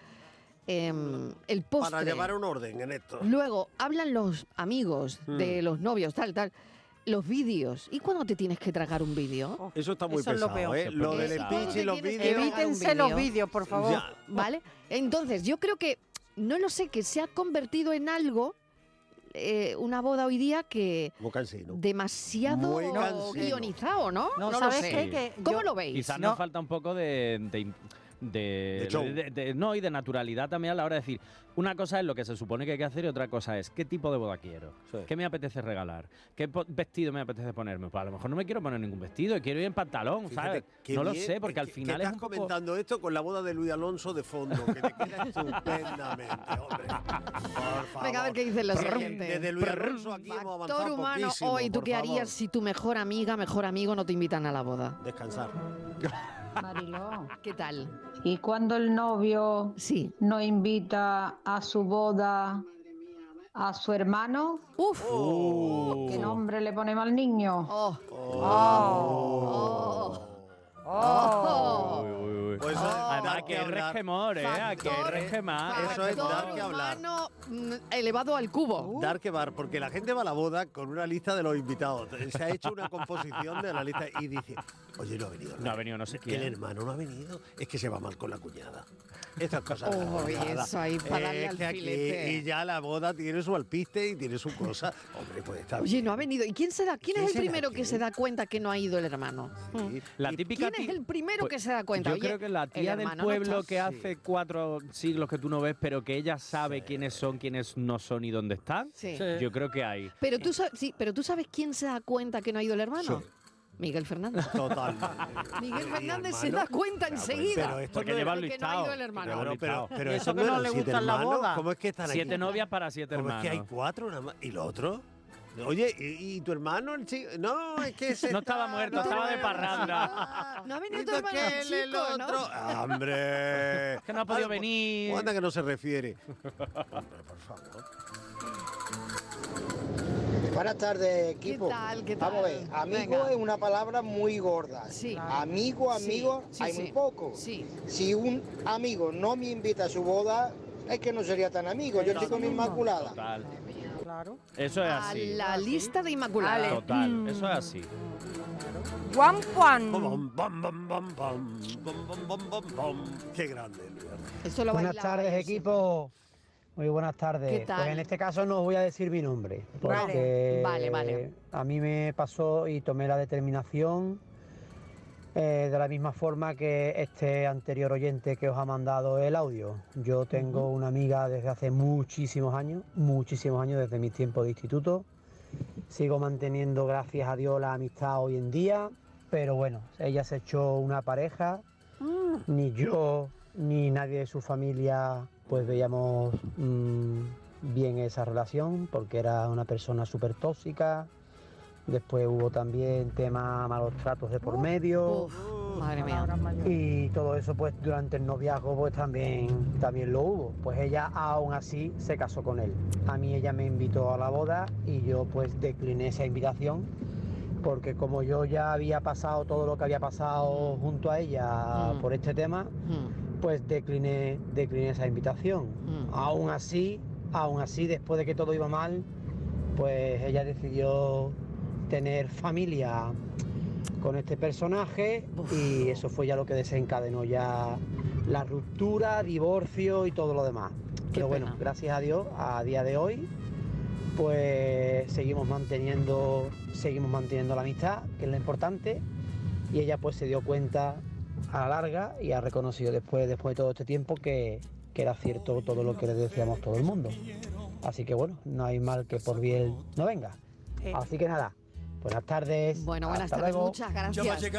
Speaker 1: em, el postre.
Speaker 3: Para llevar un orden en esto.
Speaker 1: Luego hablan los amigos de
Speaker 3: Mm.
Speaker 1: los novios, tal, tal. Los vídeos. ¿Y cuándo te tienes que tragar un vídeo?
Speaker 5: Oh,
Speaker 3: Eso está muy
Speaker 1: Eso es lo
Speaker 3: pesado,
Speaker 1: peor.
Speaker 3: ¿eh?
Speaker 1: Se
Speaker 3: Lo
Speaker 1: pone
Speaker 3: del
Speaker 1: pesado.
Speaker 3: speech y los
Speaker 1: Tienes
Speaker 3: vídeos.
Speaker 1: que tragar un
Speaker 5: Evítense los
Speaker 1: vídeo.
Speaker 5: vídeos, por favor. Ya.
Speaker 1: ¿Vale? Entonces, yo creo que, no lo sé, que se ha convertido en algo, eh, una boda hoy día que
Speaker 3: Muy cansino.
Speaker 1: demasiado
Speaker 3: Muy cansino.
Speaker 1: guionizado, ¿no?
Speaker 5: No,
Speaker 1: lo
Speaker 5: ¿sabes
Speaker 1: sé.
Speaker 5: qué? Que
Speaker 1: ¿Cómo
Speaker 5: yo-
Speaker 1: lo veis?
Speaker 2: Quizás
Speaker 1: No.
Speaker 2: nos falta un poco de. de- de-
Speaker 3: De show.
Speaker 2: de- de- no, y de naturalidad también a la hora de decir, una cosa es lo que se supone que hay que hacer y otra cosa es qué tipo de boda quiero, qué me apetece regalar, qué po- vestido me apetece ponerme. Pues a lo mejor no me quiero poner ningún vestido, y quiero ir en pantalón,
Speaker 3: Fíjate,
Speaker 2: ¿sabes?
Speaker 3: qué
Speaker 2: no lo
Speaker 3: bien,
Speaker 2: sé, porque
Speaker 3: eh,
Speaker 2: al
Speaker 3: que- que
Speaker 2: final es
Speaker 3: estás
Speaker 2: un poco...
Speaker 3: comentando esto con la boda de Luis Alonso de fondo, que te queda estupendamente, hombre. Por favor.
Speaker 1: Venga, a ver qué dicen los
Speaker 3: Prrr,
Speaker 1: oyentes.
Speaker 3: Desde Luis Alonso aquí hemos avanzado
Speaker 1: Actor humano
Speaker 3: poquísimo,
Speaker 1: hoy, ¿tú
Speaker 3: por
Speaker 1: qué
Speaker 3: favor.
Speaker 1: harías si tu mejor amiga, mejor amigo no te invitan a la boda?
Speaker 3: Descansar.
Speaker 22: Mariló.
Speaker 1: ¿Qué tal?
Speaker 22: Y cuando el novio
Speaker 1: sí.
Speaker 22: no invita a su boda a su hermano.
Speaker 1: Uf.
Speaker 3: Oh.
Speaker 22: ¿Qué nombre le ponemos al niño?
Speaker 4: Oh.
Speaker 3: Pues eso es
Speaker 2: Además,
Speaker 3: dar que
Speaker 2: que
Speaker 3: hablar.
Speaker 2: resquemor, ¿eh? A que
Speaker 3: Factor,
Speaker 2: resquemar.
Speaker 3: Eso es dar que hablar.
Speaker 1: Mano mm, elevado al cubo.
Speaker 3: Dar que bar, porque la gente va a la boda con una lista de los invitados. Se ha hecho una composición de la lista y dice, oye, no ha venido.
Speaker 2: No ha venido, no sé
Speaker 3: Que
Speaker 2: quién.
Speaker 3: el hermano no ha venido, es que se va mal con la cuñada. Estas cosas. de la
Speaker 1: Oh, y
Speaker 3: cuñada.
Speaker 1: eso ahí para
Speaker 3: Eh,
Speaker 1: darle
Speaker 3: es
Speaker 1: al
Speaker 3: que aquí-
Speaker 1: filete.
Speaker 3: Y ya la boda tiene su alpiste y tiene su cosa. Hombre, pues está
Speaker 1: Oye,
Speaker 3: bien.
Speaker 1: no ha venido. ¿Y quién se da? ¿Quién,
Speaker 3: ¿Quién
Speaker 1: es el
Speaker 3: será
Speaker 1: primero que se da cuenta que no ha ido el hermano? Mm.
Speaker 2: La típica
Speaker 1: ¿Quién es
Speaker 2: ti-
Speaker 1: el primero
Speaker 2: Pues,
Speaker 1: que se da cuenta?
Speaker 2: Yo
Speaker 1: Oye,
Speaker 2: creo que la
Speaker 1: el
Speaker 2: tía del
Speaker 1: hermano no
Speaker 2: pueblo
Speaker 1: está.
Speaker 2: que hace cuatro siglos que tú no ves, pero que ella sabe quiénes son, quiénes no son y dónde están.
Speaker 1: Sí. Sí.
Speaker 2: Yo creo que hay.
Speaker 1: Pero tú, sabes, sí, pero tú sabes quién se da cuenta que no ha ido el hermano. Miguel Fernández.
Speaker 3: Total.
Speaker 1: Miguel Fernández se
Speaker 3: hermano.
Speaker 1: da cuenta enseguida.
Speaker 3: pero esto
Speaker 2: Porque
Speaker 3: no
Speaker 2: lleva
Speaker 3: era-
Speaker 1: que no ha
Speaker 2: listado.
Speaker 1: ido el hermano.
Speaker 2: Lleva
Speaker 3: Claro,
Speaker 2: listado.
Speaker 3: pero- pero ¿Y eso eso que no no eran le siete gustan las hermanos? bodas? ¿Cómo es que están aquí?
Speaker 2: Siete novias para siete
Speaker 3: ¿Cómo
Speaker 2: hermanos.
Speaker 3: es que hay cuatro nada más? ¿Y lo otro? Oye, ¿y, y tu hermano, el chico? No, es que ese
Speaker 2: No estaba
Speaker 3: está-
Speaker 2: muerto,
Speaker 3: no
Speaker 2: estaba de
Speaker 3: era-
Speaker 2: parranda.
Speaker 1: No ha venido
Speaker 3: ¿Y
Speaker 1: tu
Speaker 3: tú
Speaker 1: hermano
Speaker 3: qué, el
Speaker 1: chico, ¿no?
Speaker 3: otro? Ah, ¡Hombre!
Speaker 2: Que no ha podido venir.
Speaker 3: ¿Cuándo que no se refiere?
Speaker 6: Buenas tardes, equipo.
Speaker 1: tal, qué
Speaker 6: Vamos a
Speaker 1: tal?
Speaker 6: ver, amigo
Speaker 1: Venga.
Speaker 6: es una palabra muy gorda.
Speaker 1: Sí.
Speaker 6: Amigo,
Speaker 1: Sí,
Speaker 6: amigo,
Speaker 1: sí,
Speaker 6: hay
Speaker 1: sí.
Speaker 6: muy poco. Si un amigo no me invita a su boda, es que no sería tan amigo. Yo estoy con Inmaculada.
Speaker 2: Total.
Speaker 5: Claro.
Speaker 2: Eso es
Speaker 1: A
Speaker 2: así.
Speaker 5: Ah,
Speaker 1: la Mm. lista de Inmaculada.
Speaker 2: Total, eso es así.
Speaker 4: Juan Juan.
Speaker 3: Bom, bom, bom, bom, bom, bom, bom, bom, bom, bom. ¡Qué grande!
Speaker 1: Eso lo
Speaker 6: Buenas
Speaker 1: bailaba
Speaker 6: tardes,
Speaker 1: yo
Speaker 6: equipo. Muy buenas tardes.
Speaker 1: ¿Qué tal?
Speaker 6: Pues en este caso no os voy a decir mi nombre.
Speaker 1: Vale,
Speaker 6: Porque
Speaker 1: vale, vale.
Speaker 6: A mí me pasó y tomé la determinación eh, de la misma forma que este anterior oyente que os ha mandado el audio. Yo tengo una amiga desde hace muchísimos años, muchísimos años desde mis tiempos de instituto. Sigo manteniendo, gracias a Dios, la amistad hoy en día. Pero bueno, ella se echó una pareja ni yo ni nadie de su familia pues veíamos mm, bien esa relación porque era una persona súper tóxica. Después hubo también tema malos tratos de por medio.
Speaker 1: madre mía.
Speaker 6: Y todo eso pues durante el noviazgo pues también, también lo hubo. Pues ella aún así se casó con él. A mí ella me invitó a la boda y yo pues decliné esa invitación porque como yo ya había pasado todo lo que había pasado junto a ella
Speaker 1: Mm.
Speaker 6: por este tema, pues decliné, decliné esa invitación. Aún así, aún así, después de que todo iba mal, pues ella decidió tener familia con este personaje y eso fue ya lo que desencadenó ya la ruptura, divorcio y todo lo demás. Pero bueno, gracias a Dios, a día de hoy, pues seguimos manteniendo, seguimos manteniendo la amistad, que es lo importante, y ella pues se dio cuenta a la larga y ha reconocido después, después de todo este tiempo que, que era cierto todo lo que le decíamos todo el mundo. Así que bueno, no hay mal que por bien no venga.
Speaker 1: Mm.
Speaker 6: Así que nada, buenas tardes.
Speaker 1: Bueno, buenas
Speaker 6: hasta
Speaker 1: tardes,
Speaker 6: luego.
Speaker 1: muchas gracias.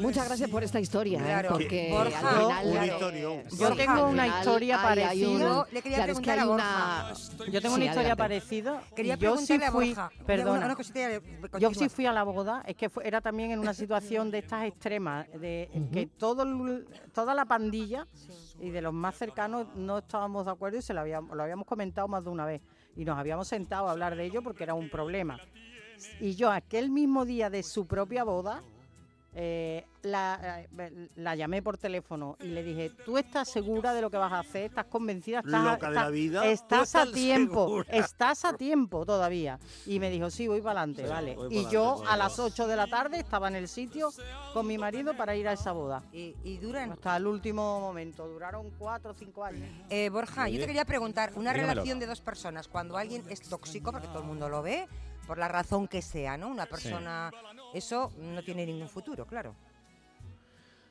Speaker 1: Muchas gracias por esta historia, ¿eh?
Speaker 6: Claro.
Speaker 1: porque
Speaker 6: Borja,
Speaker 1: al final,
Speaker 6: un
Speaker 1: claro,
Speaker 6: historión.
Speaker 1: sí,
Speaker 5: Yo tengo
Speaker 1: al
Speaker 5: una
Speaker 1: final
Speaker 5: historia
Speaker 1: hay- hay
Speaker 5: parecida.
Speaker 1: un-
Speaker 5: Yo le quería
Speaker 1: claro, es que
Speaker 5: preguntar a
Speaker 1: hay
Speaker 5: Borja.
Speaker 1: una-
Speaker 5: Yo tengo una
Speaker 1: Ah, Sí,
Speaker 5: historia
Speaker 1: adelante.
Speaker 5: parecida.
Speaker 4: Quería
Speaker 5: yo sí
Speaker 4: preguntarle a
Speaker 5: fui,
Speaker 4: Borja.
Speaker 5: perdona,
Speaker 4: Una, una cosita, eh,
Speaker 5: yo
Speaker 4: continúa.
Speaker 5: sí fui a la boda, es que fue- era también en una situación de estas extremas, de en que todo el- toda la pandilla y de los más cercanos no estábamos de acuerdo y se lo habíamos, lo habíamos comentado más de una vez. Y nos habíamos sentado a hablar de ello porque era un problema. Y yo aquel mismo día de su propia boda, eh, la, eh, la llamé por teléfono y le dije, ¿tú estás segura de lo que vas a hacer? ¿Estás convencida? ¿Estás,
Speaker 3: Loca de la
Speaker 5: estás-
Speaker 3: vida, ¿tú
Speaker 5: estás a
Speaker 3: estás
Speaker 5: tiempo,
Speaker 3: segura?
Speaker 5: estás a tiempo todavía. Y me dijo, sí, voy para adelante,
Speaker 3: Sí,
Speaker 5: vale.
Speaker 3: voy
Speaker 5: Y
Speaker 3: pa'lante,
Speaker 5: yo
Speaker 3: voy
Speaker 5: a las 8 de la tarde estaba en el sitio con mi marido para ir a esa boda.
Speaker 4: Y, duran...
Speaker 5: Hasta el último momento, duraron 4 o 5 años.
Speaker 4: Eh, Borja,
Speaker 5: Muy
Speaker 4: yo te
Speaker 5: bien.
Speaker 4: quería preguntar, una
Speaker 5: Dígamelo.
Speaker 4: relación de dos personas, cuando alguien es tóxico, porque todo el mundo lo ve, por la razón que sea, ¿no? Una persona, eso no tiene ningún futuro, claro.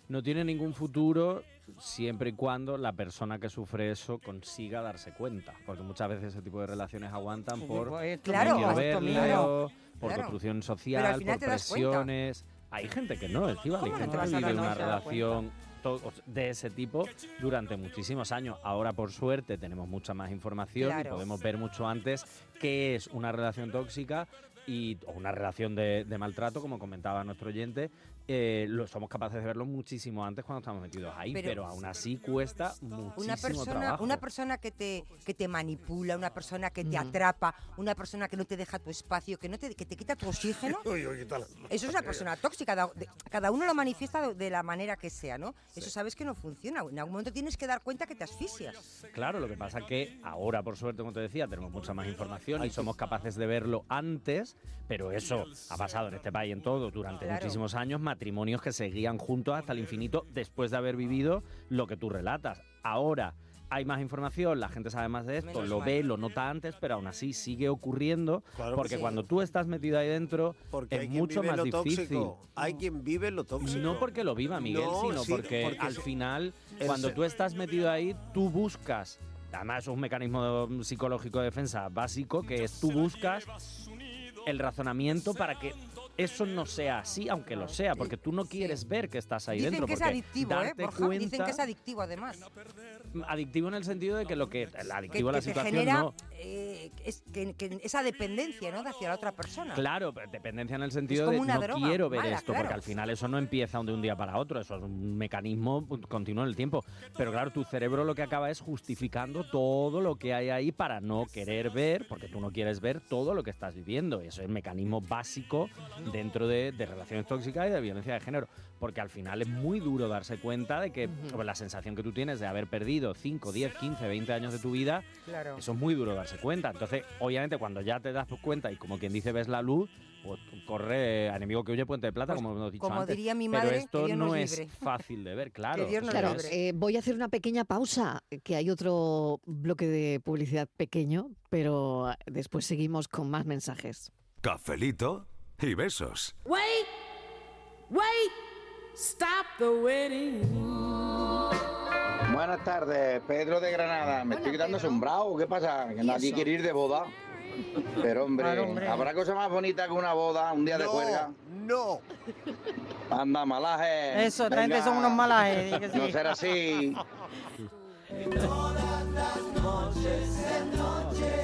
Speaker 2: No tiene ningún futuro siempre y cuando la persona que sufre eso consiga darse cuenta. Porque muchas veces ese tipo de relaciones aguantan
Speaker 5: Sí,
Speaker 2: por
Speaker 5: pues,
Speaker 4: Claro,
Speaker 2: medio
Speaker 4: esto
Speaker 2: verlo,
Speaker 4: mismo.
Speaker 2: por
Speaker 4: Claro. Pero
Speaker 2: construcción
Speaker 4: al
Speaker 2: social,
Speaker 4: final
Speaker 2: por
Speaker 4: te das cuenta.
Speaker 2: presiones. Hay gente que no, encima, hay
Speaker 4: ¿Cómo no
Speaker 2: gente
Speaker 4: te vas
Speaker 2: que
Speaker 4: a
Speaker 2: vive
Speaker 4: dar
Speaker 2: una
Speaker 4: cuenta?
Speaker 2: relación to- o sea, de ese tipo durante muchísimos años. Ahora, por suerte, tenemos mucha más información y
Speaker 21: Claro.
Speaker 2: podemos ver mucho antes qué es una relación tóxica y, o una relación de, de maltrato, como comentaba nuestro oyente, eh, lo, somos capaces de verlo muchísimo antes cuando estamos metidos ahí, pero,
Speaker 4: Pero-
Speaker 2: aún así cuesta muchísimo
Speaker 4: una persona,
Speaker 2: trabajo.
Speaker 4: una persona que te, que te manipula, una persona que te
Speaker 2: Ujú.
Speaker 4: atrapa, una persona que no te deja tu espacio, que no te, que te quita tu oxígeno.
Speaker 3: Uy, uy, ¿qué tal?
Speaker 4: Eso es una persona tóxica. da- de- Cada uno lo manifiesta de- de la manera que sea, ¿no? Eso
Speaker 2: Sí.
Speaker 4: sabes que no funciona. En algún momento tienes que dar cuenta que te asfixias.
Speaker 2: Claro, lo que pasa es que ahora, por suerte, como te decía, tenemos mucha más información y somos capaces de verlo antes, pero eso ha pasado en este país en todo durante
Speaker 4: Claro.
Speaker 2: muchísimos años, matrimonios que seguían juntos hasta el infinito después de haber vivido lo que tú relatas. Ahora hay más información, la gente sabe más de esto,
Speaker 3: Menos
Speaker 2: lo
Speaker 3: mal.
Speaker 2: ve, lo nota antes, pero aún así sigue ocurriendo
Speaker 3: Claro que
Speaker 2: porque
Speaker 3: sí.
Speaker 2: cuando tú estás metido ahí dentro
Speaker 3: Porque hay
Speaker 2: es
Speaker 3: quien
Speaker 2: mucho
Speaker 3: vive
Speaker 2: más
Speaker 3: lo
Speaker 2: difícil.
Speaker 3: tóxico. Hay quien vive lo tóxico.
Speaker 2: No porque lo viva Miguel,
Speaker 3: No,
Speaker 2: sino
Speaker 3: sí,
Speaker 2: porque,
Speaker 3: porque
Speaker 2: al
Speaker 3: es-
Speaker 2: final,
Speaker 3: el
Speaker 2: cuando
Speaker 3: ser-
Speaker 2: tú estás metido ahí, tú buscas. Además, es un mecanismo de- psicológico de defensa básico que es tú buscas el razonamiento para que eso no sea así, aunque lo sea, porque tú no quieres ver que estás ahí
Speaker 4: Dicen
Speaker 2: dentro.
Speaker 4: que es
Speaker 2: porque
Speaker 4: adictivo, ¿eh?
Speaker 2: darte
Speaker 4: Borja? Dicen
Speaker 2: cuenta-
Speaker 4: que es adictivo, además.
Speaker 2: adictivo en el sentido de que lo que el
Speaker 4: Que,
Speaker 2: adictivo a la
Speaker 4: que te
Speaker 2: situación
Speaker 4: genera
Speaker 2: no.
Speaker 4: eh, es- que- que esa dependencia, ¿no? De hacia la otra persona.
Speaker 2: Claro, pero dependencia en el sentido de
Speaker 4: como una
Speaker 2: no
Speaker 4: droga
Speaker 2: quiero ver
Speaker 4: mala,
Speaker 2: esto,
Speaker 4: claro.
Speaker 2: porque al final eso no empieza de un día para otro, eso es un mecanismo continuo en el tiempo. Pero claro, tu cerebro lo que acaba es justificando todo lo que hay ahí para no querer ver, porque tú no quieres ver todo lo que estás viviendo. Eso es el mecanismo básico dentro de, de relaciones tóxicas y de violencia de género, porque al final es muy duro darse cuenta de que
Speaker 5: Ujú.
Speaker 2: pues, la sensación que tú tienes de haber perdido 5, 10, 15, 20 años de tu vida
Speaker 5: Claro.
Speaker 2: eso es muy duro darse cuenta. Entonces, obviamente, cuando ya te das cuenta y como quien dice ves la luz, pues tú corre a enemigo que huye puente de plata,
Speaker 4: Pues,
Speaker 2: como hemos dicho
Speaker 4: como
Speaker 2: antes.
Speaker 4: diría mi
Speaker 2: Pero
Speaker 4: madre,
Speaker 2: esto
Speaker 4: que Dios
Speaker 2: no
Speaker 4: nos
Speaker 2: es
Speaker 4: libre.
Speaker 2: fácil de ver, claro.
Speaker 4: Dios nos
Speaker 2: eso
Speaker 1: Claro,
Speaker 2: es-
Speaker 1: eh, voy a hacer una pequeña pausa, que hay otro bloque de publicidad pequeño, pero después seguimos con más mensajes.
Speaker 13: Cafelito y besos.
Speaker 14: Wait, wait, stop the waiting.
Speaker 7: Buenas tardes, Pedro de Granada. Me estoy quedando asombrado. ¿Qué pasa? Que nadie
Speaker 14: eso?
Speaker 7: quiere ir de boda. Pero hombre,
Speaker 14: Claro, hombre.
Speaker 7: ¿habrá cosa más bonita que una boda, un día de
Speaker 14: No,
Speaker 7: cuerda?
Speaker 3: No.
Speaker 7: Anda, malaje.
Speaker 5: Eso, esta gente son unos malajes, di que sí.
Speaker 7: Eh, No será así.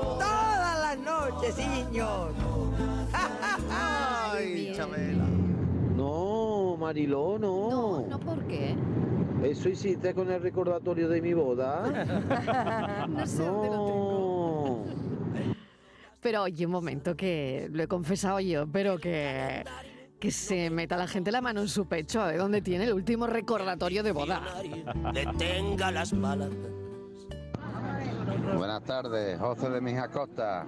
Speaker 4: Todas las noches, señor.
Speaker 3: Ay, Chabela.
Speaker 11: No, Mariló, no. No, no,
Speaker 1: ¿por qué?
Speaker 11: Eso hiciste con el recordatorio de mi boda.
Speaker 1: no sé dónde lo tengo. Pero oye, un momento, que lo he confesado yo, pero que, que se meta la gente la mano en su pecho, a ver dónde tiene el último recordatorio de boda.
Speaker 19: Detenga las balas.
Speaker 7: Buenas tardes, José de Mijas Costa.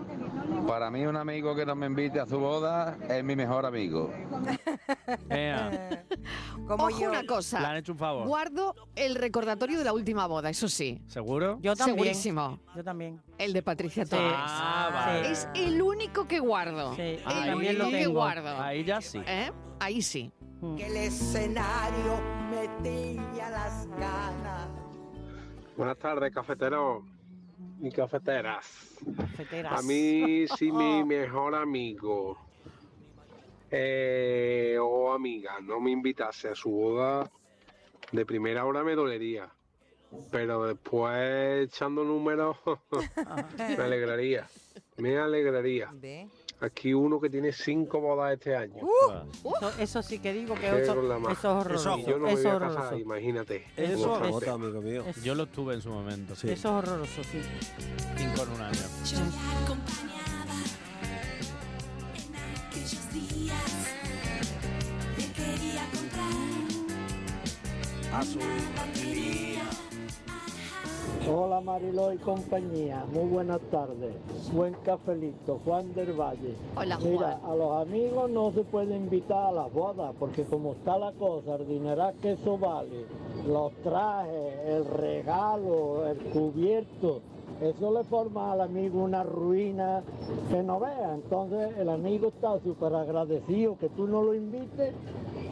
Speaker 7: Para mí un amigo que no me invite a su boda es mi mejor amigo.
Speaker 2: Ea,
Speaker 1: Ojo una cosa.
Speaker 2: le han hecho un favor.
Speaker 1: Guardo el recordatorio de la última boda, eso sí.
Speaker 2: ¿Seguro?
Speaker 5: Yo también.
Speaker 1: Segurísimo.
Speaker 5: Yo también.
Speaker 1: El de Patricia
Speaker 5: Sí.
Speaker 1: Torres.
Speaker 5: Ah, vale.
Speaker 1: Es el único que guardo.
Speaker 5: Sí, yo
Speaker 1: el
Speaker 5: también lo
Speaker 1: único que
Speaker 5: tengo.
Speaker 1: guardo.
Speaker 2: Ahí ya sí.
Speaker 1: ¿Eh? Ahí sí.
Speaker 14: Que el escenario me tiña las ganas.
Speaker 21: Buenas tardes, cafetero y cafeteras.
Speaker 5: Cafeteras.
Speaker 21: A mí, si
Speaker 5: Oh.
Speaker 21: mi mejor amigo eh, o amiga no me invitase a su boda, de primera hora me dolería. Pero después, echando números, me alegraría. Me alegraría. Aquí uno que tiene cinco bodas este año.
Speaker 5: Eso, eso sí que digo que
Speaker 21: Qué
Speaker 5: eso,
Speaker 21: con la
Speaker 5: Uh, eso
Speaker 21: más.
Speaker 5: es horroroso.
Speaker 21: Y yo no me
Speaker 5: eso
Speaker 21: voy
Speaker 5: es
Speaker 21: a casar,
Speaker 5: horroroso.
Speaker 21: imagínate.
Speaker 5: Eso-
Speaker 21: Por favor,
Speaker 5: eso-
Speaker 21: amigo mío.
Speaker 5: eso-
Speaker 2: Yo lo tuve en su momento.
Speaker 5: Eso es horroroso, sí.
Speaker 2: Cinco en un año.
Speaker 14: Aquellos días te quería comprar.
Speaker 19: A su día.
Speaker 11: Hola Mariló y compañía, muy buenas tardes. Buen cafelito, Juan del Valle.
Speaker 1: Hola,
Speaker 11: Mira, a los amigos no se puede invitar a las bodas porque como está la cosa, el dineral que eso vale, los trajes, el regalo, el cubierto, eso le forma al amigo una ruina que no vea. Entonces el amigo está súper agradecido que tú no lo invites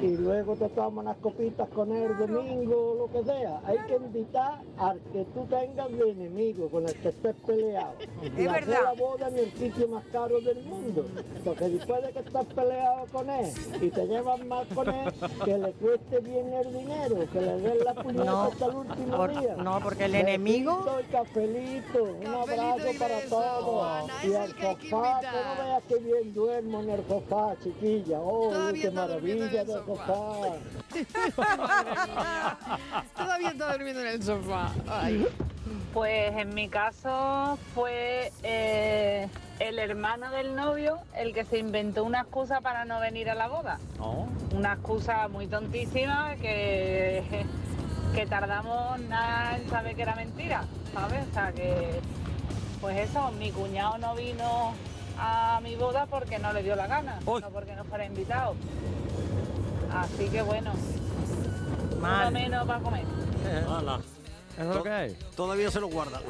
Speaker 11: y luego te tomas unas copitas con él domingo o lo que sea. Hay que invitar al que tú tengas de enemigo, con el que estés peleado. Y hacer
Speaker 4: verdad.
Speaker 11: la boda en el sitio más caro del mundo. Porque después de que estás peleado con él y te llevas mal con él, que le cueste bien el dinero, que le den la puñeta
Speaker 5: No,
Speaker 11: hasta el último
Speaker 5: por-
Speaker 11: día.
Speaker 5: no, porque el enemigo-
Speaker 11: Soy cafelito, un abrazo para todos. Y al sofá, que no veas que bien duermo en el sofá, chiquilla. Oh, qué maravilla de acostar.
Speaker 1: Todavía está durmiendo en el sofá. Ay.
Speaker 8: Pues en mi caso fue eh, el hermano del novio el que se inventó una excusa para no venir a la boda. Una excusa muy tontísima que, que tardamos nada en saber que era mentira, ¿sabes? O sea que, pues eso, mi cuñado no vino a mi boda porque no le dio la gana, no porque no fuera invitado. Así que bueno, más o
Speaker 2: Mal.
Speaker 8: menos para comer.
Speaker 2: ¿Es lo que hay?
Speaker 3: Todavía se lo guardan.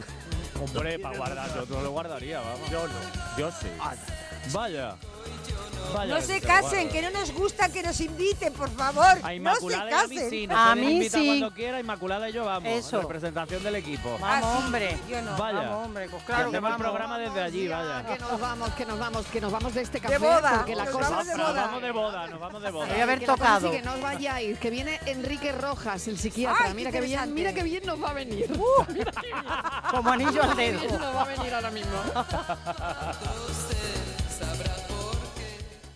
Speaker 2: Hombre, para guardarlo, tú no lo guardaría, vamos. Yo no. Yo sí. Vaya. Vaya.
Speaker 4: No
Speaker 2: que
Speaker 4: se
Speaker 2: te
Speaker 4: casen,
Speaker 2: guardas.
Speaker 4: que no nos gusta que nos inviten, por favor.
Speaker 2: A
Speaker 4: No se
Speaker 2: Inmaculada y a mí sí,
Speaker 4: casen. Ah,
Speaker 2: nos podéis invitar Cuando quiera, Inmaculada y yo vamos.
Speaker 4: Eso.
Speaker 2: Representación del equipo.
Speaker 1: Vamos, Ah, sí, hombre.
Speaker 4: yo no.
Speaker 2: Vaya.
Speaker 1: Vamos,
Speaker 5: hombre, pues
Speaker 1: claro que
Speaker 2: Hacemos
Speaker 1: vamos.
Speaker 2: el programa desde allí, vaya.
Speaker 1: Que nos vamos, que nos vamos, que nos vamos de este café.
Speaker 2: boda,
Speaker 1: Porque la
Speaker 2: nos
Speaker 1: cosa
Speaker 2: vamos de
Speaker 1: sigue.
Speaker 2: boda. Nos vamos de boda, nos vamos de boda.
Speaker 1: Ay,
Speaker 2: Voy a haber
Speaker 1: que la cosa
Speaker 2: tocado.
Speaker 1: sigue, no os vayáis, que viene Enrique Rojas, el psiquiatra.
Speaker 5: Ay,
Speaker 1: mira
Speaker 5: qué
Speaker 1: que bien,
Speaker 5: interesante.
Speaker 1: mira que bien nos va a venir.
Speaker 5: Como anillo al
Speaker 1: Mira qué bien
Speaker 5: dedo.
Speaker 1: nos va a venir ahora mismo.